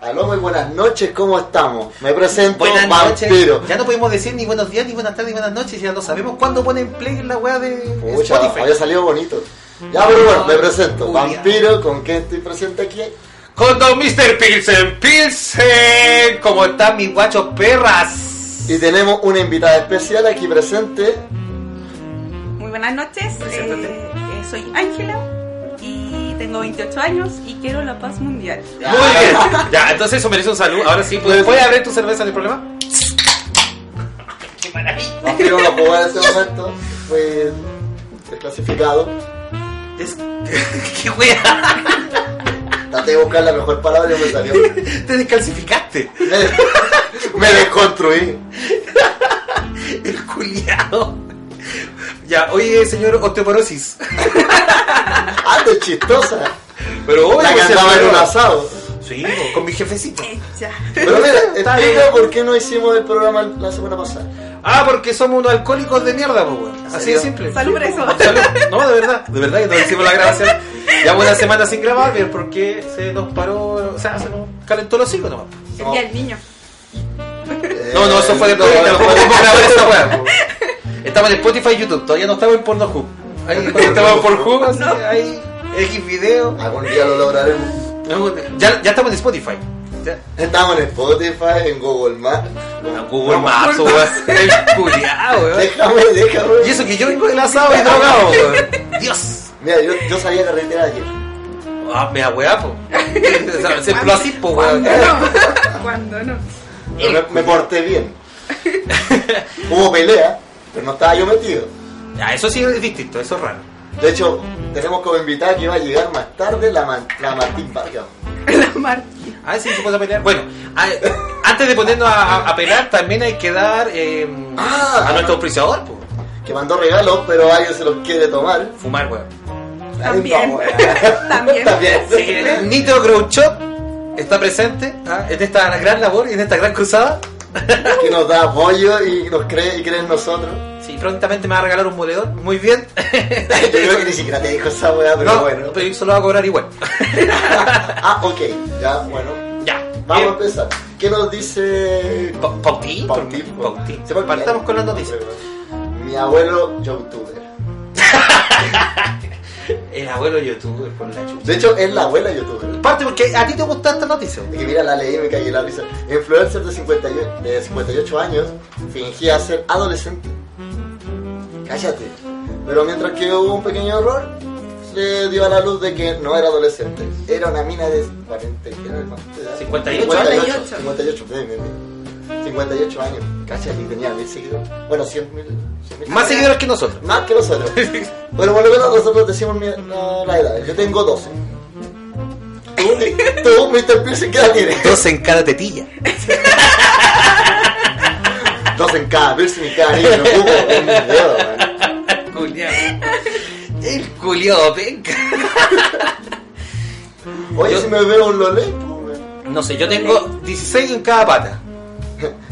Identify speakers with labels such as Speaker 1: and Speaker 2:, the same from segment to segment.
Speaker 1: Palomo y buenas noches, ¿cómo estamos? Me presento,
Speaker 2: Buenas
Speaker 1: vampiro.
Speaker 2: noches. Ya no podemos decir ni buenos días, ni buenas tardes, ni buenas noches. Ya no sabemos cuándo ponen play en la weá de en
Speaker 1: Pucha,
Speaker 2: Spotify.
Speaker 1: había salido bonito. Ya, pero bueno, me presento,
Speaker 2: Julia.
Speaker 1: vampiro, ¿con qué estoy presente aquí?
Speaker 2: Con Don Mr. Pilsen, Pilsen. ¿Cómo están mis guachos perras?
Speaker 1: Y tenemos una invitada especial aquí presente.
Speaker 3: Muy buenas noches,
Speaker 2: Preséntate.
Speaker 3: eh, eh, soy Ángela y tengo 28 años y quiero la paz mundial.
Speaker 2: Muy bien. Ya, entonces eso merece un saludo. Ahora sí, ¿puedes, ¿puedes abrir tu cerveza en el programa? ¡Qué maravilla!
Speaker 1: Vampiro no jugó en este momento, fue desclasificado.
Speaker 2: Es- ¡Qué weá!
Speaker 1: Traté de buscar la mejor palabra y me salió.
Speaker 2: Te descalcificaste.
Speaker 1: Me, me desconstruí.
Speaker 2: El culiado. Ya, oye, señor osteoporosis.
Speaker 1: Ando chistosa.
Speaker 2: Pero obvio,
Speaker 1: La que
Speaker 2: pues, el
Speaker 1: andaba en un
Speaker 2: programa.
Speaker 1: asado.
Speaker 2: Sí, con mi jefecito.
Speaker 3: Hecha.
Speaker 1: Pero mira,
Speaker 2: Está bien.
Speaker 1: explica por qué no hicimos el programa la semana pasada.
Speaker 2: Ah, porque somos unos alcohólicos de mierda, pues, weón. Así de
Speaker 1: serio?
Speaker 2: simple.
Speaker 3: Salud por eso.
Speaker 2: Salud. No, de verdad, de verdad que no hicimos la grabación. Llevamos una semana sin grabar, pero porque se nos paró, o sea, se nos calentó los hijos nomás.
Speaker 3: El día del niño.
Speaker 2: No, no, eso fue de
Speaker 1: no,
Speaker 2: todo. Tampoco
Speaker 1: Eh, no,
Speaker 2: podemos
Speaker 1: no,
Speaker 2: grabar
Speaker 1: no,
Speaker 2: esa
Speaker 1: no,
Speaker 2: weá. Estamos en Spotify y YouTube, todavía no estamos en Pornhub. Ahí cuando estamos en Pornhub, así, ahí, X video.
Speaker 1: Algún día lo lograremos.
Speaker 2: Ya, ya estamos en Spotify. Ya.
Speaker 1: Estamos en Spotify, en Google Maps.
Speaker 2: No, Google Maps, weón. El culiao, weón.
Speaker 1: Déjame, déjame.
Speaker 2: Y eso que yo vengo del asado y drogado, weón. Dios.
Speaker 1: Mira, yo, yo sabía carretera ayer.
Speaker 2: Ah, me weá, po. Siempre lo así, po, weón.
Speaker 3: Cuando no.
Speaker 1: Pero me,
Speaker 2: Eh.
Speaker 1: me porté bien. Hubo pelea, pero no estaba yo metido.
Speaker 2: Ya, eso sí es distinto, eso es raro.
Speaker 1: De hecho, tenemos como invitada que va a llegar más tarde la, Man- la Martín Vargas.
Speaker 3: Eh, La Martín.
Speaker 2: Ah, sí, se puede pelear. Bueno, a- antes de ponernos a, a- a pelear, también hay que dar eh,
Speaker 1: Ah.
Speaker 2: a nuestro auspiciador, po.
Speaker 1: Que mandó regalos, pero alguien se los quiere tomar.
Speaker 2: Fumar, weón.
Speaker 3: También.
Speaker 1: Ay, no, weá.
Speaker 3: También.
Speaker 1: También.
Speaker 2: Así que Nitro Grow Shop está presente ah, en esta gran labor y en esta gran cruzada.
Speaker 1: Que nos da apoyo y nos cree y cree en nosotros.
Speaker 2: Sí, prontamente me va a regalar un moledor. Muy bien.
Speaker 1: Yo creo que ni siquiera te dijo esa weá, pero
Speaker 2: no,
Speaker 1: bueno.
Speaker 2: pero eso lo va a cobrar igual.
Speaker 1: Ah, ok, ya, bueno.
Speaker 2: ya.
Speaker 1: Vamos a
Speaker 2: Bien.
Speaker 1: empezar. ¿Qué nos dice
Speaker 2: Pa- Pauti,
Speaker 1: Pauti,
Speaker 2: Pauti.
Speaker 1: Se puede
Speaker 2: Partamos
Speaker 1: pillar.
Speaker 2: con las noticias.
Speaker 1: Mi abuelo youtuber.
Speaker 2: El abuelo youtuber por la chucha.
Speaker 1: De hecho, es la abuela youtuber.
Speaker 2: Parte porque a ti te gusta esta noticia.
Speaker 1: Y que mira, la leí y me caí en la risa. Influencer de 58, de 58 años fingía ser adolescente. Cállate. Pero mientras que hubo un pequeño error, se dio a la luz de que no era adolescente. Era una mina de 40, ¿qué era? ¿Cuánto era?
Speaker 2: 58.
Speaker 1: 58, 58, bien, bien, bien. 58 años. Cállate, y tenía mil seguidores. Bueno, 100 mil. 100 mil
Speaker 2: Más seguidores que nosotros.
Speaker 1: Más que nosotros. bueno, por lo menos nosotros decimos mi- la, la edad. Yo tengo 12. Tú, tú, Mr. Pearson, ¿qué edad tienes?
Speaker 2: Dos en cada tetilla.
Speaker 1: 12 en cada piercing y cada niño. en el cubo. Un dedo, man.
Speaker 2: Culiado. El culiado penca.
Speaker 1: Oye,
Speaker 2: Yo-
Speaker 1: si me veo un lolé, pues, man.
Speaker 2: No sé, yo tengo 16 en cada pata.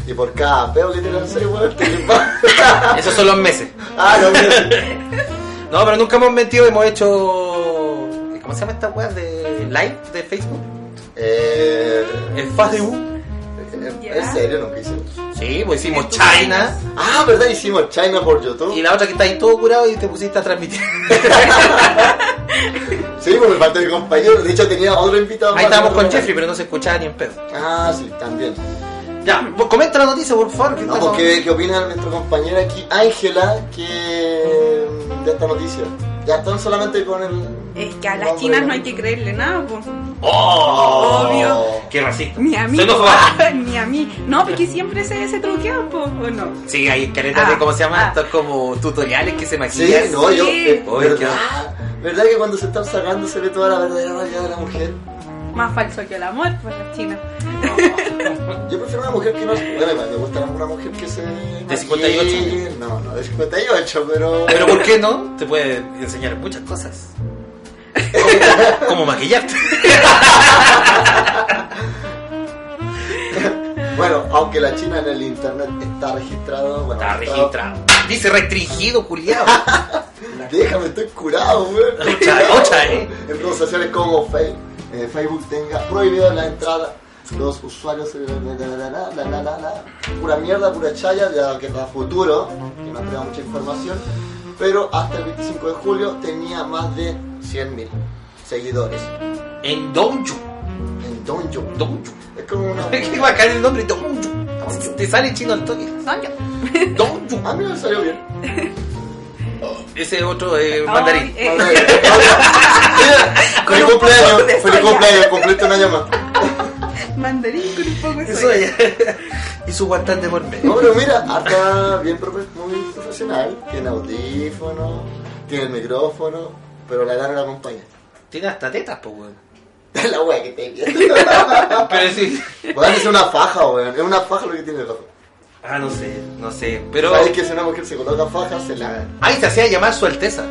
Speaker 1: y por cada peo que te lancé, weón, te limpa.
Speaker 2: Esos son los meses.
Speaker 1: Ah, no, mira.
Speaker 2: No, pero nunca hemos mentido, hemos hecho. ¿Cómo se llama esta weá? De live de Facebook.
Speaker 1: Eh,
Speaker 2: El Facebook.
Speaker 1: eh, en serio, nunca hicimos.
Speaker 2: Sí, pues hicimos China.
Speaker 1: Ah, ¿verdad? Hicimos China por YouTube.
Speaker 2: Y la otra que está ahí todo curado y te pusiste a transmitir.
Speaker 1: Sí, por parte de mi compañero. De hecho, tenía otro invitado. más.
Speaker 2: Ahí estábamos con Jeffrey, pero no se escuchaba ni en pedo.
Speaker 1: Ah, sí, también.
Speaker 2: Ya, vos comenta la noticia, por favor. que
Speaker 1: No,
Speaker 2: estamos-
Speaker 1: pues, ¿qué, qué opina nuestra compañera aquí, Ángela, que mm, de esta noticia? Ya están solamente con el...
Speaker 3: Es que a
Speaker 1: el
Speaker 3: las
Speaker 1: hombre,
Speaker 3: chinas no hay que creerle nada, pues.
Speaker 2: ¡Oh!
Speaker 3: Obvio.
Speaker 2: ¡Qué racista!
Speaker 3: Ni a mí.
Speaker 2: Xenófoba.
Speaker 3: Ni a mí. No, porque siempre se, se truquean, pues, ¿o no?
Speaker 2: Sí, hay caretas de,
Speaker 3: Ah,
Speaker 2: ¿cómo se llama?
Speaker 3: ah.
Speaker 2: Estos como tutoriales que se
Speaker 1: Sí,
Speaker 2: maquillan.
Speaker 1: no, yo...
Speaker 3: Sí.
Speaker 1: eh,
Speaker 2: Oye,
Speaker 1: ¿verdad? ¿Verdad que cuando se están sacando se ve toda la verdadera realidad de la mujer?
Speaker 3: Más falso que el amor, pues las chinas.
Speaker 1: Yo prefiero una mujer que no... Bueno, me gusta una mujer que se... ¿De
Speaker 2: 58?
Speaker 1: No, no, de 58, pero...
Speaker 2: Pero ¿por qué no? Te puede enseñar muchas cosas. como maquillarte.
Speaker 1: Bueno, aunque la China en el internet está registrado... Bueno,
Speaker 2: Está registrado. Oh. Dice restringido, culiado.
Speaker 1: Déjame, estoy curado, weón.
Speaker 2: Ocha, ocha, eh.
Speaker 1: En redes sociales como Fe- eh, Facebook tenga prohibida la entrada los usuarios, eh, la, la, la, la, la, la, la, pura mierda, pura chaya, ya que está futuro, que no entrega mucha información, pero hasta el 25 de julio tenía más de 100.000 seguidores
Speaker 2: En Donju.
Speaker 1: en Donjo.
Speaker 2: Donju.
Speaker 1: Es como una...
Speaker 2: Qué bacán el nombre, Donju. Te sale chino al toque.
Speaker 3: Son yo.
Speaker 2: Donju.
Speaker 1: A mí me salió bien.
Speaker 2: Ese otro eh,
Speaker 3: Ay,
Speaker 2: mandarín.
Speaker 3: eh,
Speaker 1: Feliz cumpleaños, feliz cumpleaños, cumpliste un año más.
Speaker 3: mandarín con un poco de
Speaker 2: Eso
Speaker 3: soya.
Speaker 2: ya. Y su guantán de por medio.
Speaker 1: No, pero mira, harta bien profe- muy profesional, tiene audífono, tiene el micrófono, pero la edad no la acompaña.
Speaker 2: Tiene hasta tetas, po, weón.
Speaker 1: la wea que te viendo.
Speaker 2: Ah, Pero sí.
Speaker 1: Podrían es una faja, weón. Es una faja lo que tiene el ojo.
Speaker 2: Ah, no sé, no sé. Pero.
Speaker 1: Sabes que si una mujer se coloca faja, se la
Speaker 2: Ahí se hacía llamar su alteza.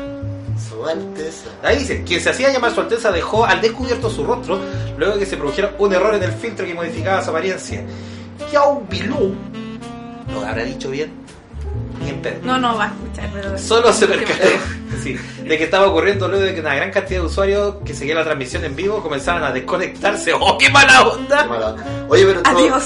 Speaker 1: su alteza.
Speaker 2: Ahí dice, quien se hacía llamar su alteza dejó al descubierto su rostro luego de que se produjera un error en el filtro que modificaba su apariencia. Yao Bilou, ¿lo habrá dicho bien? Ni en pedo.
Speaker 3: No, no va a escuchar, pero.
Speaker 2: Solo se percató sí, de que estaba ocurriendo luego de que una gran cantidad de usuarios que seguían la transmisión en vivo comenzaron a desconectarse. ¡Oh, qué mala
Speaker 1: Qué
Speaker 2: onda!
Speaker 1: mala. Oye, pero todo-
Speaker 3: Adiós.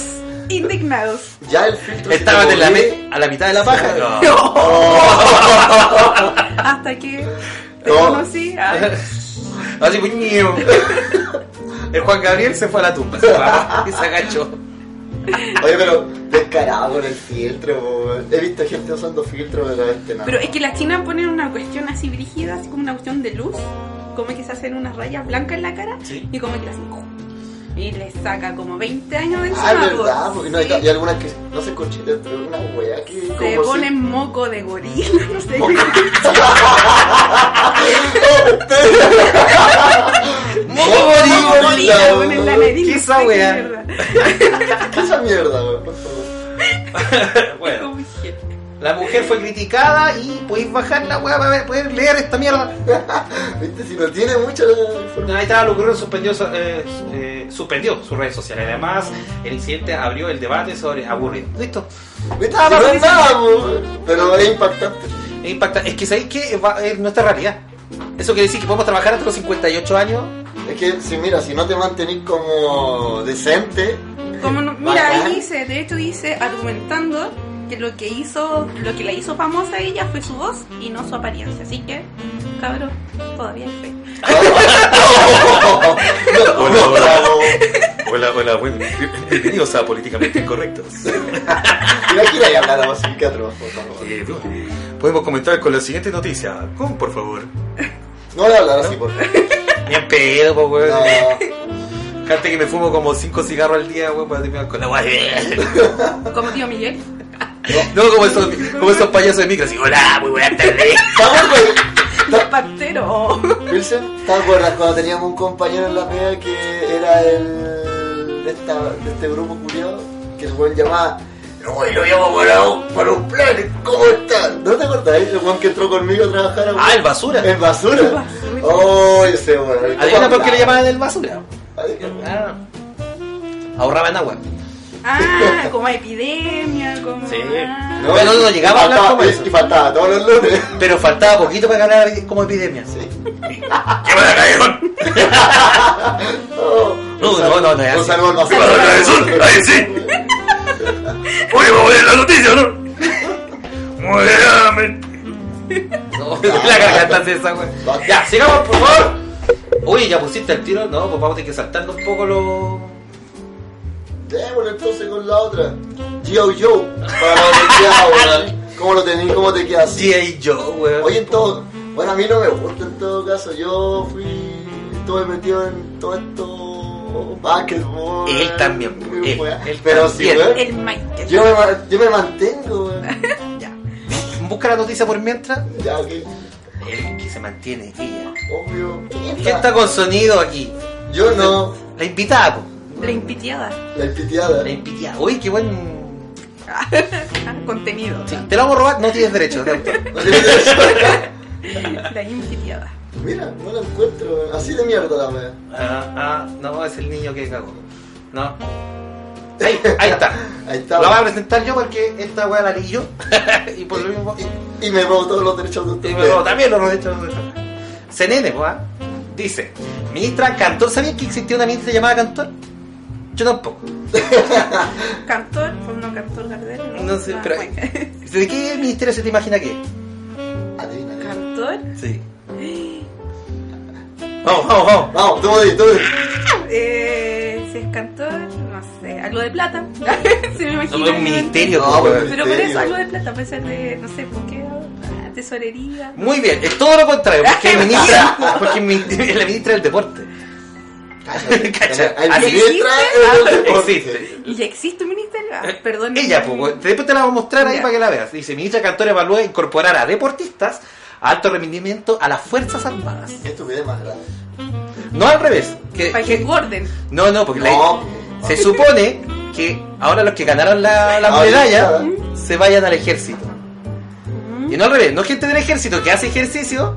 Speaker 3: Indignados.
Speaker 1: ya el filtro. se
Speaker 2: Estaban
Speaker 1: te
Speaker 2: en la
Speaker 1: moví.
Speaker 2: me- a la mitad de la paja. No.
Speaker 1: Oh.
Speaker 3: Hasta que te
Speaker 1: No.
Speaker 3: conocí. ay.
Speaker 2: Así pues, ñiu. El Juan Gabriel se fue a la tumba, se, fue, y se agachó.
Speaker 1: Oye, pero descarado con el filtro, weón. He visto gente usando filtro, pero este no.
Speaker 3: Pero es que las chinas ponen una cuestión así brígida, así como una cuestión de luz, como que se hacen unas rayas blancas en la cara
Speaker 2: Sí.
Speaker 3: y como que las y les saca como 20 años de encima.
Speaker 1: Ah, es verdad,
Speaker 3: pues.
Speaker 1: porque no, hay,
Speaker 3: Sí.
Speaker 1: hay algunas que no se conchilan, pero una wea que como
Speaker 3: Se
Speaker 1: si-
Speaker 3: ponen moco de gorila, no sé qué.
Speaker 2: ¡Moco
Speaker 1: gorila,
Speaker 3: gorila,
Speaker 1: weón.
Speaker 3: ponen la nariz.
Speaker 2: ¿Qué
Speaker 3: no
Speaker 2: esa
Speaker 3: sé
Speaker 2: weá?
Speaker 3: mierda.
Speaker 1: ¿Qué esa mierda, weón? Por favor.
Speaker 2: Bueno,
Speaker 3: Como dije,
Speaker 2: la mujer fue criticada y podéis bajar la weá para ver- poder leer esta mierda.
Speaker 1: Viste, si no tiene mucha información.
Speaker 2: Ahí estaba lo ocurrió, suspendió, su- eh, eh, suspendió sus redes sociales. Además, el incidente abrió el debate sobre aburrido. Listo.
Speaker 1: Viste, si no es nada, weón. Pero es impactante.
Speaker 2: Es E impacta- Es que sabéis que va- es nuestra realidad. Eso quiere decir que podemos trabajar hasta los 58 años.
Speaker 1: Es que, si mira, si no te mantenís como decente,
Speaker 3: Como no- mira,
Speaker 1: Bacán.
Speaker 3: ahí dice, de hecho dice, argumentando que lo que hizo, lo que la hizo famosa a ella fue su voz y no su apariencia. Así que, cabrón, todavía hay fe.
Speaker 1: no, no, bravo.
Speaker 2: Hola, hola, bienvenidos a Políticamente Incorrectos.
Speaker 1: Mira, quiero ir a hablar a los psiquiatras, por favor.
Speaker 2: Eh, podemos comentar con la siguiente noticia. ¿Cómo, por favor?
Speaker 1: No voy a hablar así, por favor.
Speaker 2: Ni en pedo, po, weón.
Speaker 1: No.
Speaker 2: Fíjate que me fumo como 5 cigarros al día, weón, para terminar con la weón.
Speaker 3: Como tío Miguel.
Speaker 2: No, como esos, como esos payasos de micro, así, hola, muy buenas tardes.
Speaker 1: ¿Estás güey?
Speaker 3: Los parteros.
Speaker 1: Wilson, ¿te acuerdas cuando teníamos un compañero en la pega que era el de, esta, de este grupo curioso que el weón llamaba Hoy lo llamo para un, para un plan, ¿cómo estás? ¿No te acordás? El weón que entró conmigo a trabajar weón?
Speaker 2: Ah, el basura.
Speaker 1: El basura.
Speaker 3: El basura.
Speaker 1: Oh, ese weón.
Speaker 2: Adivina por qué le llamaban el basura.
Speaker 1: Adivina.
Speaker 2: Ah. Ahorraban agua.
Speaker 3: Ah, como epidemia, como.
Speaker 2: Sí.
Speaker 3: Ah.
Speaker 2: No, Bueno, no llegaba a hablar
Speaker 1: faltaba-
Speaker 2: como eso.
Speaker 1: Y faltaba todos los lunes.
Speaker 2: Pero faltaba poquito para ganar como epidemia.
Speaker 1: Sí.
Speaker 2: ¡Qué buena cagón!
Speaker 1: Oh,
Speaker 2: No,
Speaker 1: un
Speaker 2: no,
Speaker 1: saludo-
Speaker 2: no, no es
Speaker 1: Un
Speaker 2: así.
Speaker 1: saludo al basura.
Speaker 2: Para la de Sur, ahí sí. Oye, vamos a ver la noticia, ¿no? Moderadamente. No, la garganta se esa, weón. Ya, sigamos, por favor. Oye, ya pusiste el tiro, no, pues vamos a tener que saltando un poco los.
Speaker 1: Démosle entonces con la otra. Yo yo. Para lo que queda, weón. ¿Cómo lo tenés? ¿Cómo te quedas?
Speaker 2: G.I. Joe, weón.
Speaker 1: Oye, en todo. Bueno, a mí no me gusta en todo caso. Yo fui. Estuve metido en todo esto. Básquetbol.
Speaker 2: Él también,
Speaker 1: mi
Speaker 2: él,
Speaker 1: weá.
Speaker 2: él
Speaker 1: Pero sí, ¿eh?
Speaker 2: también.
Speaker 1: weón.
Speaker 3: El Michael.
Speaker 1: Yo me, ma- yo me mantengo, weón.
Speaker 2: ya. Busca la noticia por mientras.
Speaker 1: Ya, ok.
Speaker 2: El que se mantiene, ¿eh? ella.
Speaker 1: Obvio.
Speaker 2: ¿Quién está con sonido aquí?
Speaker 1: Yo no.
Speaker 2: La invitada, po.
Speaker 3: La impitiada.
Speaker 1: La piteada.
Speaker 2: La invitada. Oye, qué buen.
Speaker 3: Ah, contenido.
Speaker 2: Sí, te lo vamos a robar, no tienes derecho de autor.
Speaker 3: La impitiada.
Speaker 1: Mira, no la encuentro, weón. Así de mierda la weá.
Speaker 2: Ah, ah, no, es el niño que cagó. No. Ahí, ahí está.
Speaker 1: Ahí está.
Speaker 2: La voy a presentar yo porque esta weá la leí yo. y por lo mismo.
Speaker 1: Y me robo todos los derechos de
Speaker 2: Y
Speaker 1: ustedes.
Speaker 2: me lo- también lo he hecho. CNN, pues, ah. Dice, ministra Cantor, ¿sabían que existía una ministra llamada Cantor? Yo tampoco.
Speaker 3: Cantor, pues no, Cantor Gardel. No,
Speaker 2: No sé,
Speaker 3: Ah,
Speaker 2: pero-
Speaker 3: bueno.
Speaker 2: ¿De qué ministerio se te imagina que? es?
Speaker 1: Adivina. adivina.
Speaker 3: Cantor.
Speaker 2: Sí. Vamos, vamos, vamos.
Speaker 1: Vamos, tú me dices, tú me dices.
Speaker 3: Eh, si es cantor, no sé, algo de plata. Se me imagina.
Speaker 2: No, es un
Speaker 3: algo de-
Speaker 2: ministerio.
Speaker 1: No,
Speaker 2: pues,
Speaker 1: pero-
Speaker 2: weón.
Speaker 3: Pero por eso,
Speaker 1: Ministerio.
Speaker 3: algo de plata, puede ser de, no sé, por qué, ah, tesorería.
Speaker 2: Muy bien, es todo lo contrario, porque es ministra, porque es mi- es la ministra del deporte.
Speaker 1: Cállate.
Speaker 2: Cacha.
Speaker 1: Hay
Speaker 2: Así Ah,
Speaker 1: ministra
Speaker 3: existe.
Speaker 1: en el deporte.
Speaker 2: Existe.
Speaker 3: ¿Y ya existe un ministerio? Ah,
Speaker 2: Eh,
Speaker 3: perdón.
Speaker 2: Ella, pues, weón, después te la voy a mostrar ahí
Speaker 3: Ya.
Speaker 2: para que la veas. Dice, ministra Cantor evalúa incorporar a deportistas a alto rendimiento a las Fuerzas Armadas.
Speaker 1: Qué estupidez más grande.
Speaker 2: No al revés. Que,
Speaker 3: Para
Speaker 2: que-
Speaker 3: que engorden.
Speaker 2: no, no, porque la-
Speaker 1: No.
Speaker 2: se supone que ahora los que ganaron la, la
Speaker 1: Ahora,
Speaker 2: medalla
Speaker 1: ¿eh?
Speaker 2: se vayan al ejército. Y no al revés, no gente del ejército que hace ejercicio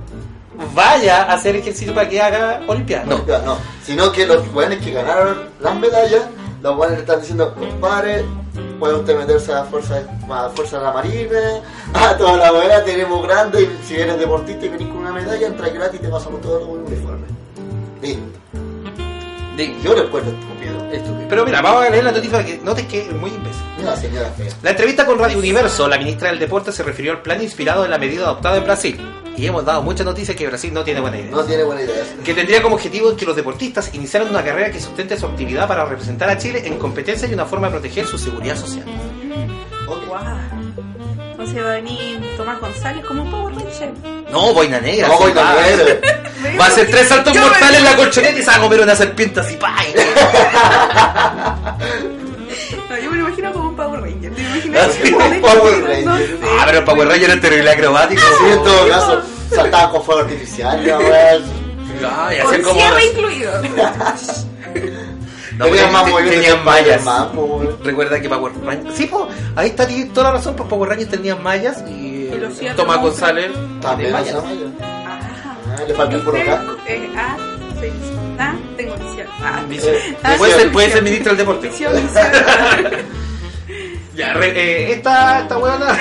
Speaker 2: vaya a hacer ejercicio para que haga olimpiadas. No,
Speaker 1: Ya, no. Sino que los jóvenes que ganaron las medallas, los jóvenes le están diciendo, compadre, puede usted meterse a la fuerza, a la fuerza de la marina, a toda la buena, tenemos grande, y si eres deportista y venís con una medalla, entras gratis y te pasamos todo el uniforme. Listo.
Speaker 2: de-
Speaker 1: Yo recuerdo este estúpido.
Speaker 2: estúpido. Pero mira, vamos a leer la noticia para que notes que es muy imbécil.
Speaker 1: Una señora fea.
Speaker 2: La entrevista con Radio Universo, la ministra del Deporte se refirió al plan inspirado en la medida adoptada en Brasil. Y hemos dado muchas noticias que Brasil no tiene buena idea.
Speaker 1: No tiene buena idea.
Speaker 2: que tendría como objetivo que los deportistas iniciaran una carrera que sustente su actividad para representar a Chile en competencia y una forma de proteger su seguridad social.
Speaker 1: Ok.
Speaker 3: Wow. Entonces va a venir Tomás González como un Power Ranger.
Speaker 2: No, boina negra.
Speaker 1: No,
Speaker 2: sí,
Speaker 1: voy
Speaker 2: va.
Speaker 1: a ver.
Speaker 2: Va a hacer tres saltos
Speaker 3: Yo
Speaker 2: mortales en
Speaker 3: me-
Speaker 2: la colchoneta y se va a comer una serpiente así, ¡pay!
Speaker 3: No, yo me lo imagino como un Power Ranger. ¿Te
Speaker 2: Ah,
Speaker 3: imaginas?
Speaker 2: sí,
Speaker 3: como
Speaker 1: un
Speaker 3: de-
Speaker 1: Power
Speaker 3: no
Speaker 1: Ranger.
Speaker 3: sé.
Speaker 2: Ah, pero el Power Ranger era terrible acrobático.
Speaker 1: Sí, en todo caso, saltaba con fuego artificial, ya, weón.
Speaker 2: Ah, y hacían
Speaker 3: Con
Speaker 2: como...
Speaker 3: cierre incluido.
Speaker 2: No,
Speaker 1: Tenían
Speaker 2: tenían,
Speaker 1: más movimiento que
Speaker 2: tenían mallas.
Speaker 1: Spider-Man, po, weón.
Speaker 2: Recuerda que Power Rangers... Sí, po, ahí está, tienes toda la razón, pues Power Rangers tenían mallas y...
Speaker 3: Y los cierres
Speaker 2: Tomás
Speaker 3: no-
Speaker 2: González
Speaker 1: También
Speaker 2: mallas.
Speaker 1: esa malla.
Speaker 3: Ah.
Speaker 1: Ah, le falta un puro
Speaker 3: Ustedes,
Speaker 1: casco.
Speaker 3: eh, ah, sí. Ah, tengo visión. Ah,
Speaker 2: Dice,
Speaker 3: Ah,
Speaker 2: puede,
Speaker 1: sí,
Speaker 2: ser, puede
Speaker 3: sí.
Speaker 2: ser ministro del deporte.
Speaker 3: visión, visión.
Speaker 2: Ya, re- eh, esta, esta weona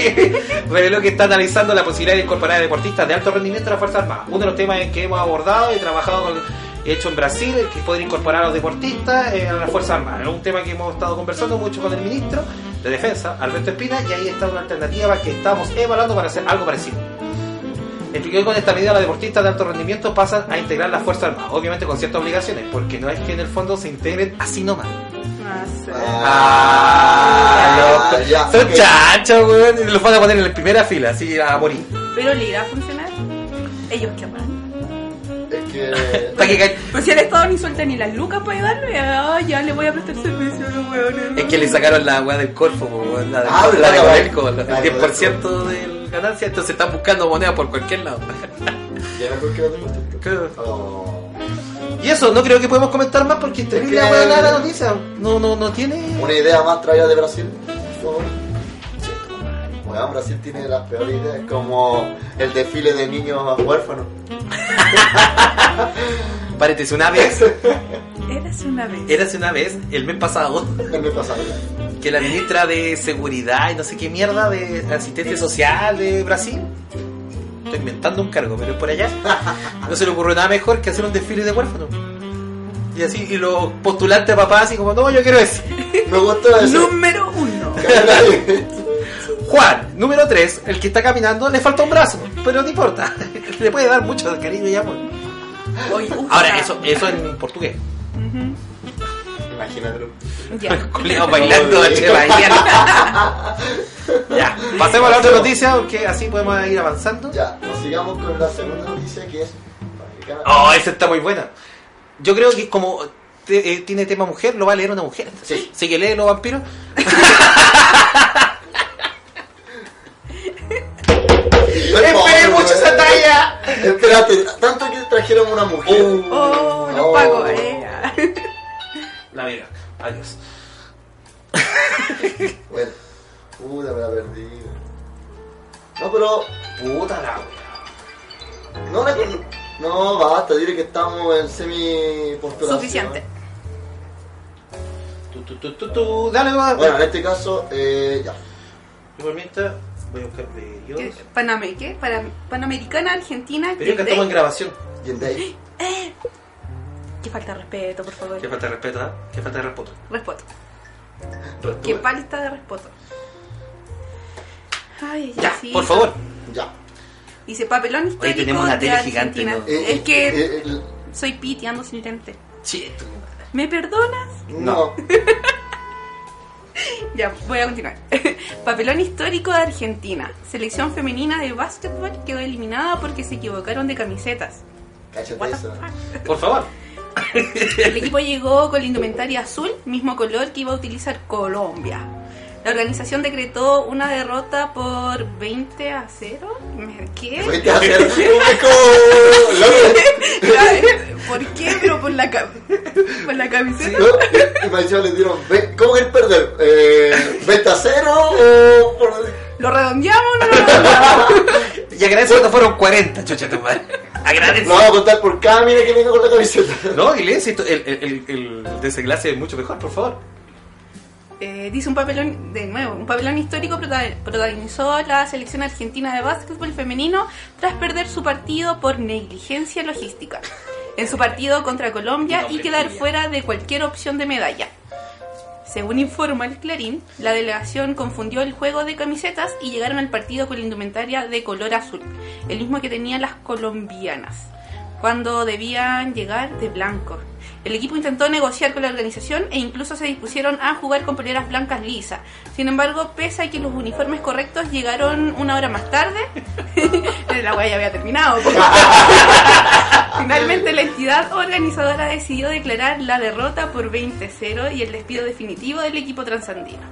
Speaker 2: reveló que está analizando la posibilidad de incorporar a deportistas de alto rendimiento a las Fuerzas Armadas. Uno de los temas en que hemos abordado y trabajado con- hecho en Brasil, el que poder incorporar a los deportistas eh, a las Fuerzas Armadas. Es un tema que hemos estado conversando mucho con el ministro de Defensa, Alberto Espina, y ahí está una alternativa que estamos evaluando para hacer algo parecido. Explicó que con esta medida los deportistas de alto rendimiento pasan a integrar las Fuerzas Armadas, obviamente con ciertas obligaciones, porque no es que en el fondo se integren así nomás.
Speaker 3: No sé.
Speaker 2: Ah,
Speaker 1: Ah,
Speaker 2: loco.
Speaker 1: ya,
Speaker 2: Son
Speaker 1: ok.
Speaker 2: chachos, weón. Los van a poner en la primera fila, así a morir.
Speaker 3: Pero le irá a funcionar. Ellos qué aman.
Speaker 1: Es que.
Speaker 2: Para que ca-
Speaker 3: Pues si el Estado ni suelta ni las lucas para ayudarlo, ya, ya le voy a prestar servicio a los hueones.
Speaker 2: Es que le sacaron la weá del Corfo, po, weón, la de,
Speaker 1: Ah,
Speaker 2: la de
Speaker 1: verdad,
Speaker 2: Codelco,
Speaker 1: la-
Speaker 2: el
Speaker 1: la de
Speaker 2: 10% de ganancia, entonces están buscando moneda por cualquier lado.
Speaker 1: Ya me acuerdo que era de
Speaker 2: Claro.
Speaker 1: Oh,
Speaker 2: Y eso, no creo que podemos comentar más porque es terrible
Speaker 1: Es
Speaker 2: la
Speaker 1: que-
Speaker 2: weá la noticia. No, no, no tiene.
Speaker 1: Una idea más traída de Brasil, por favor. Weón, Brasil tiene las peores ideas, como el desfile de niños huérfanos.
Speaker 2: Paréntesis, una vez,
Speaker 3: Érase una vez.
Speaker 2: érase una vez, el mes pasado,
Speaker 1: No me pasa nada.
Speaker 2: que la ministra de Seguridad y no sé qué mierda de Asistencia Social de Brasil, estoy inventando un cargo, pero es por allá, no se le ocurrió nada mejor que hacer un desfile de huérfanos. Y así, y los postulantes papás así como, no, yo quiero ese.
Speaker 1: Me gustó eso.
Speaker 3: Número uno.
Speaker 2: Juan, número 3, el que está caminando, le falta un brazo, pero no importa, le puede dar mucho cariño y amor.
Speaker 3: Oye, usa.
Speaker 2: Ahora, eso, eso en portugués.
Speaker 3: Ujú.
Speaker 1: Imagínatelo.
Speaker 3: Ya.
Speaker 2: Colegas bailando, che, bailando. Ya, pasemos a la otra noticia, porque así podemos ir avanzando.
Speaker 1: Ya, nos sigamos con la segunda noticia que es. Americana.
Speaker 2: Oh, esa está muy buena. Yo creo que como te- eh, tiene tema mujer, lo va a leer una mujer.
Speaker 1: Sí.
Speaker 2: Así que lee los vampiros. ¡Esperé mucho esa talla!
Speaker 1: Espérate, tanto que trajeron una mujer.
Speaker 2: Uh.
Speaker 3: Oh, los
Speaker 1: Oh.
Speaker 3: pagos, eh.
Speaker 2: La vida. Adiós.
Speaker 1: Bueno, puta, me la perdí. No, pero
Speaker 2: Puta la wea.
Speaker 1: No, la con- no, basta, diré que estamos en semi postulación.
Speaker 3: Suficiente.
Speaker 2: Tu, tu, tu, tu, tu. Dale, nomás.
Speaker 1: Bueno, en este caso, eh, ya.
Speaker 2: Yo por mientras voy a buscar videos.
Speaker 3: ¿Qué? Paname, ¿qué? Para- Panamericana, Argentina.
Speaker 2: Pero yo que estamos en
Speaker 3: Day.
Speaker 2: grabación.
Speaker 1: Y en Day.
Speaker 3: Yo falta de respeto, por favor.
Speaker 2: Qué falta de respeto, ¿eh? Qué falta de respeto.
Speaker 3: Respeto.
Speaker 2: Respeto.
Speaker 3: Qué falta de respeto. Ay,
Speaker 2: Ya,
Speaker 3: sí.
Speaker 2: por favor.
Speaker 1: Ya.
Speaker 3: Dice papelón histórico
Speaker 2: tenemos una
Speaker 3: de
Speaker 2: tele gigante,
Speaker 3: Argentina.
Speaker 2: ¿no?
Speaker 1: Eh,
Speaker 3: Es que
Speaker 1: eh, eh,
Speaker 3: soy Piti, ando sin lente.
Speaker 2: Sí, tú.
Speaker 3: ¿Me perdonas?
Speaker 1: no.
Speaker 3: Ya, voy a continuar. Papelón histórico de Argentina. Selección femenina de básquetbol quedó eliminada porque se equivocaron de camisetas.
Speaker 1: Cáchate
Speaker 3: What the
Speaker 1: eso.
Speaker 3: fuck?
Speaker 2: Por favor.
Speaker 3: El equipo llegó con la indumentaria azul, mismo color que iba a utilizar Colombia. La organización decretó una derrota por 20 a 0. ¿Me- ¿Qué?
Speaker 1: Vete a hacer público. Loco.
Speaker 3: ¿Por qué? Pero por la, ca- por la camiseta.
Speaker 1: No, y para eso le dieron, ve- ¿cómo el perder? Eh, ¿Venta cero o por-
Speaker 3: ¿Lo redondeamos o no lo redondeamos?
Speaker 2: Y agradezco que fueron 40, chucha tu madre.
Speaker 1: No
Speaker 2: Agradezco.
Speaker 1: vamos a contar por cada mina que venga con la camiseta.
Speaker 2: No, y lee si esto- el, el, el- el desenlace es mucho mejor, por favor.
Speaker 3: Eh, dice un papelón, de nuevo, un papelón histórico prota- protagonizó la selección argentina de básquetbol femenino tras perder su partido por negligencia logística en su partido contra Colombia y
Speaker 2: Nombre
Speaker 3: quedar
Speaker 2: Julia.
Speaker 3: fuera de cualquier opción de medalla. Según informa el Clarín, la delegación confundió el juego de camisetas y llegaron al partido con la indumentaria de color azul, el mismo que tenían las colombianas, cuando debían llegar de blanco. El equipo intentó negociar con la organización e incluso se dispusieron a jugar con poleras blancas lisa. Sin embargo, pese a que los uniformes correctos llegaron una hora más tarde, la wea ya había terminado. po. Finalmente, la entidad organizadora decidió declarar la derrota por 20-0 y el despido definitivo del equipo transandino.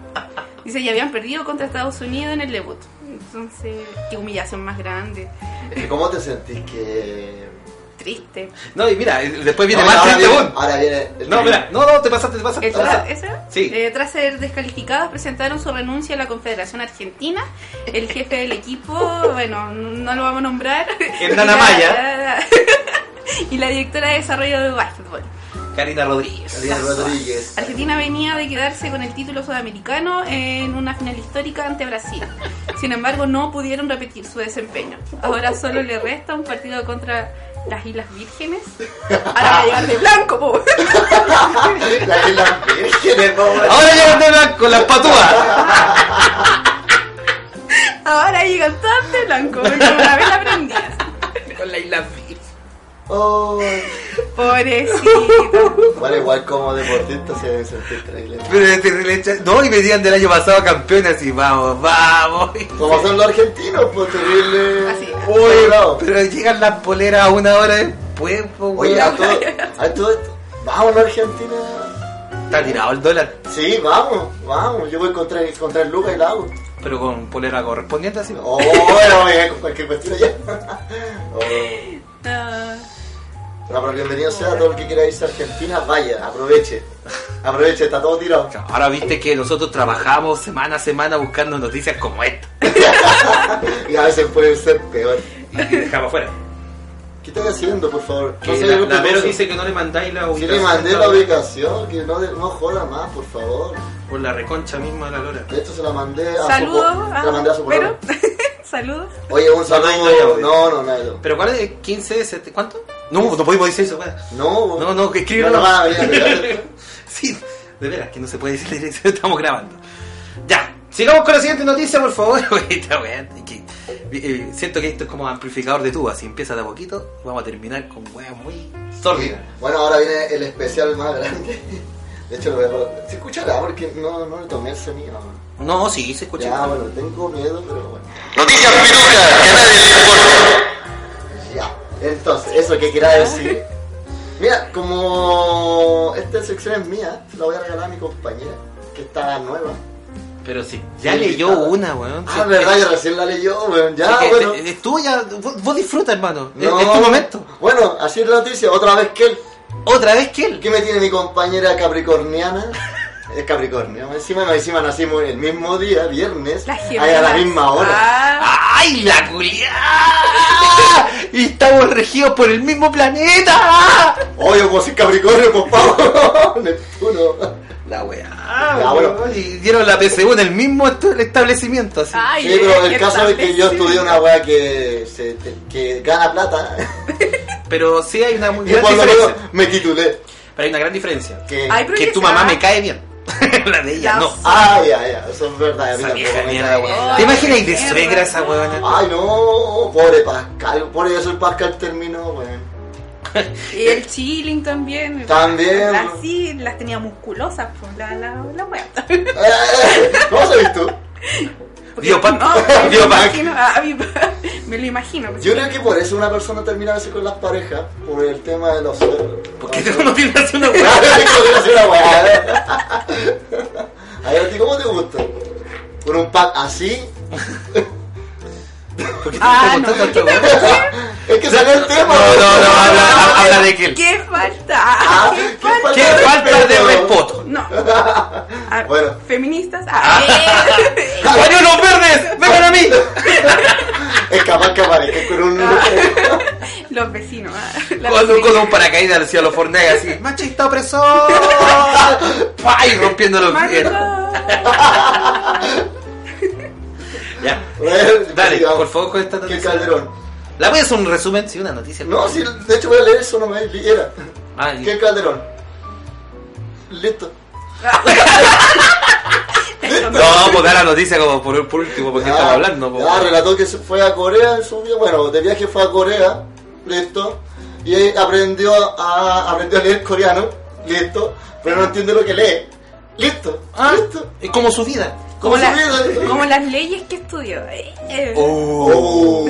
Speaker 3: Dice, ya habían perdido contra Estados Unidos en el debut. Entonces, qué humillación más grande.
Speaker 1: ¿Y ¿Cómo te sentís que.?
Speaker 3: Triste.
Speaker 2: No, y mira, y después viene
Speaker 1: No,
Speaker 2: más
Speaker 1: ahora,
Speaker 2: triste
Speaker 1: viene,
Speaker 2: aún.
Speaker 1: ahora viene. el-
Speaker 2: No, mira, no, no, te pasaste, te pasaste.
Speaker 3: ¿Eso era? ¿Eso era?
Speaker 2: Sí.
Speaker 3: Eh, tras ser descalificados, presentaron su renuncia a la Confederación Argentina. El jefe del equipo, bueno, no lo vamos a nombrar.
Speaker 2: Hernán
Speaker 3: Y la-
Speaker 2: Amaya.
Speaker 3: Y la directora de desarrollo de básquetbol.
Speaker 2: Karina Rodríguez.
Speaker 1: Gabriel Rodríguez.
Speaker 3: Argentina venía de quedarse con el título sudamericano en una final histórica ante Brasil. Sin embargo, no pudieron repetir su desempeño. Ahora solo le resta un partido contra las Islas Vírgenes. Ahora va a llegar de blanco, po.
Speaker 1: La de las vírgenes, no, güey.
Speaker 2: Ahora ya de blanco, las patúas.
Speaker 3: Ahora llegan todas de blanco, porque como una vez aprendidas.
Speaker 2: Con la isla
Speaker 1: Oh.
Speaker 3: Pobrecito.
Speaker 1: Bueno, igual como deportista se debe sentir terrible.
Speaker 2: Pero es terrible, cha- no, y venían del año pasado campeones y vamos, vamos.
Speaker 1: Como son los argentinos, pues terrible.
Speaker 3: Así.
Speaker 1: Uy, bravo.
Speaker 2: Pero llegan las poleras una hora después, po,
Speaker 1: Oye, ah, a
Speaker 2: weón.
Speaker 1: todo, a todo esto. Vamos a Argentina.
Speaker 2: Está tirado el dólar,
Speaker 1: Sí, vamos, vamos. Yo voy contra, contra el Lucas y la hago.
Speaker 2: pero con polera correspondiente así.
Speaker 1: Oh, no me con cualquier cuestión ya. Oh.
Speaker 3: Ah,
Speaker 1: No, pero bienvenido sea a todo el que quiera irse a Argentina. Vaya, aproveche. Aproveche, está todo tirado.
Speaker 2: Ahora viste que nosotros trabajamos semana a semana buscando noticias como esta.
Speaker 1: Y a veces puede ser peor.
Speaker 2: Y dejamos afuera.
Speaker 1: ¿Qué estás haciendo, por favor?
Speaker 2: Que
Speaker 1: se
Speaker 2: la,
Speaker 1: preocupe
Speaker 2: la
Speaker 1: por
Speaker 2: Vero
Speaker 1: eso.
Speaker 2: dice que no le mandáis la
Speaker 1: Si
Speaker 2: ubicación.
Speaker 1: le mandé la
Speaker 2: hasta-
Speaker 1: ubicación, que no, no joda más, por favor.
Speaker 2: Por la reconcha misma de la lora.
Speaker 1: De hecho, se la mandé a
Speaker 3: saludos.
Speaker 1: su po-
Speaker 3: a-
Speaker 1: Se la mandé a su
Speaker 3: pero,
Speaker 1: pero...
Speaker 3: saludos.
Speaker 1: Oye, un
Speaker 2: No hay
Speaker 1: saludo.
Speaker 2: audio.
Speaker 1: No, no, no. hay audio.
Speaker 2: ¿Pero cuál es? ¿15? sete- ¿Cuánto? No, no podemos decir eso, weón.
Speaker 1: No,
Speaker 2: No, no, que escribe
Speaker 1: No, no, va a venir a pegar.
Speaker 2: Sí, de veras que no se puede decir la dirección, estamos grabando. Ya, sigamos con la siguiente noticia, por favor. Esta weá, que- eh, siento que esto es como amplificador de tuba, si empieza de a poquito, vamos a terminar con weá muy
Speaker 1: Sí.
Speaker 2: sórdida.
Speaker 1: Bueno, ahora viene el especial más grande. De hecho, lo voy a robar. Se escuchará porque no, no le tomé el sonido.
Speaker 2: No, sí, se escucha.
Speaker 1: Ya, bueno, tengo miedo, pero bueno.
Speaker 4: Noticias Pirulas, canales de
Speaker 1: Ya. Entonces, eso que quería decir. Mira, como esta sección es mía, se la voy a regalar a mi compañera, que está nueva.
Speaker 2: Pero sí, ya
Speaker 1: Sí,
Speaker 2: leyó
Speaker 1: invitada.
Speaker 2: una, weón.
Speaker 1: Ah, verdad, yo recién la leyó, weón. Ya, bueno.
Speaker 2: Es tuya, vos, vos disfruta, hermano. Es-
Speaker 1: No.
Speaker 2: Es, tu momento.
Speaker 1: Bueno, así es la noticia, otra vez que él.
Speaker 2: Otra vez que él.
Speaker 1: ¿Qué me tiene mi compañera capricorniana? Es Capricornio. Encima, no, encima nacimos el mismo día, viernes,
Speaker 3: La
Speaker 1: ahí a la
Speaker 3: Géminis.
Speaker 1: misma hora.
Speaker 3: Ah,
Speaker 2: ¡Ay, la culiada! Y estamos regidos por el mismo planeta.
Speaker 1: Oye, pues es Capricornio, pues pavo. Neptuno.
Speaker 2: La weá.
Speaker 1: Ya,
Speaker 2: weón.
Speaker 1: bueno.
Speaker 2: Y dieron la PSU en el mismo estu- establecimiento. Así.
Speaker 3: ay,
Speaker 1: Sí, pero
Speaker 3: qué
Speaker 1: el caso es que yo
Speaker 3: tarde.
Speaker 1: estudié una weá que, se- que gana plata
Speaker 2: Pero sí hay una muy
Speaker 1: y
Speaker 2: gran
Speaker 1: por lo menos
Speaker 2: diferencia.
Speaker 1: me titulé.
Speaker 2: Hay una gran diferencia.
Speaker 1: Que,
Speaker 3: Ay, pero-
Speaker 2: Que
Speaker 3: que
Speaker 2: tu
Speaker 3: sea-
Speaker 2: mamá me cae bien. la de ella,
Speaker 3: La
Speaker 2: no.
Speaker 1: Ah, ya, ya, eso es verdad. a mí
Speaker 2: Esa
Speaker 1: tampoco
Speaker 2: vieja
Speaker 1: me
Speaker 2: mierda,
Speaker 1: cae
Speaker 2: weón.
Speaker 1: bien.
Speaker 2: ¿Te imaginas y de
Speaker 3: Mierda.
Speaker 2: suegra esa huevona?
Speaker 1: Ay, no, pobre Pascal, por eso el Pascal terminó, weón.
Speaker 3: Y el chilling también.
Speaker 1: Ah. También.
Speaker 3: Así las tenía musculosas, pues, la, la, la wea.
Speaker 1: Eh, ¿Cómo sabes tú?
Speaker 3: Porque-
Speaker 2: Biopac.
Speaker 3: No, me lo
Speaker 2: Biopac.
Speaker 3: imagino. ah, biopac. Me lo imagino. pues.
Speaker 1: Yo creo que por eso una persona termina a veces con las parejas, por el tema de los suegros.
Speaker 2: Porque
Speaker 1: Los
Speaker 2: tú no tienes así una hueá.
Speaker 1: Claro, sí, como que hace una weá. ¿eh? A ver, ¿a ti cómo te gusta? ¿Con un pack así?
Speaker 2: Porque tú
Speaker 3: Ah,
Speaker 2: te
Speaker 3: no.
Speaker 2: gustó tanto, hueá.
Speaker 1: Es que salió el tema.
Speaker 2: No, no, no, habla, habla de que él.
Speaker 3: ¿Qué falta?
Speaker 1: Ah,
Speaker 3: ¿Qué
Speaker 1: qué
Speaker 3: falta?
Speaker 2: ¿Qué falta de respeto?
Speaker 3: No. Ah,
Speaker 1: Bueno.
Speaker 3: Feministas. ah, eh.
Speaker 2: ¡Adiós los verdes! ¡Vengan a mí!
Speaker 1: Es capaz que aparezca con un...
Speaker 2: Ah.
Speaker 3: Los vecinos. ah, la
Speaker 2: Con,
Speaker 3: vecina.
Speaker 2: con un paracaídas hacia los Fortnite así. ¡Machista opresor! ¡Pah! Y rompiendo los pies.
Speaker 3: Marco.
Speaker 2: Ya.
Speaker 1: Bueno,
Speaker 2: Dale,
Speaker 1: digamos,
Speaker 2: por favor, con esta
Speaker 1: Qué
Speaker 2: noticia.
Speaker 1: calderón.
Speaker 2: La voy a hacer un resumen, sí, una noticia.
Speaker 1: No, sí, de hecho voy a leer eso, no me era.
Speaker 2: Ah, y-
Speaker 1: Qué calderón. Listo.
Speaker 2: No, vamos a dar la noticia como por, por último, porque estamos Pues hablando. po.
Speaker 1: Ah, relató que se fue a Corea en su día. Bueno, de viaje fue a Corea, listo. Y ahí aprendió a, aprendió a leer coreano, listo. Pero no entiende lo que lee. Listo,
Speaker 2: Ah,
Speaker 1: listo.
Speaker 2: es como su vida.
Speaker 1: ¿Cómo
Speaker 3: Como,
Speaker 1: se
Speaker 3: la-
Speaker 1: mide?
Speaker 3: como las leyes que estudió. eh, eh.
Speaker 1: Oh,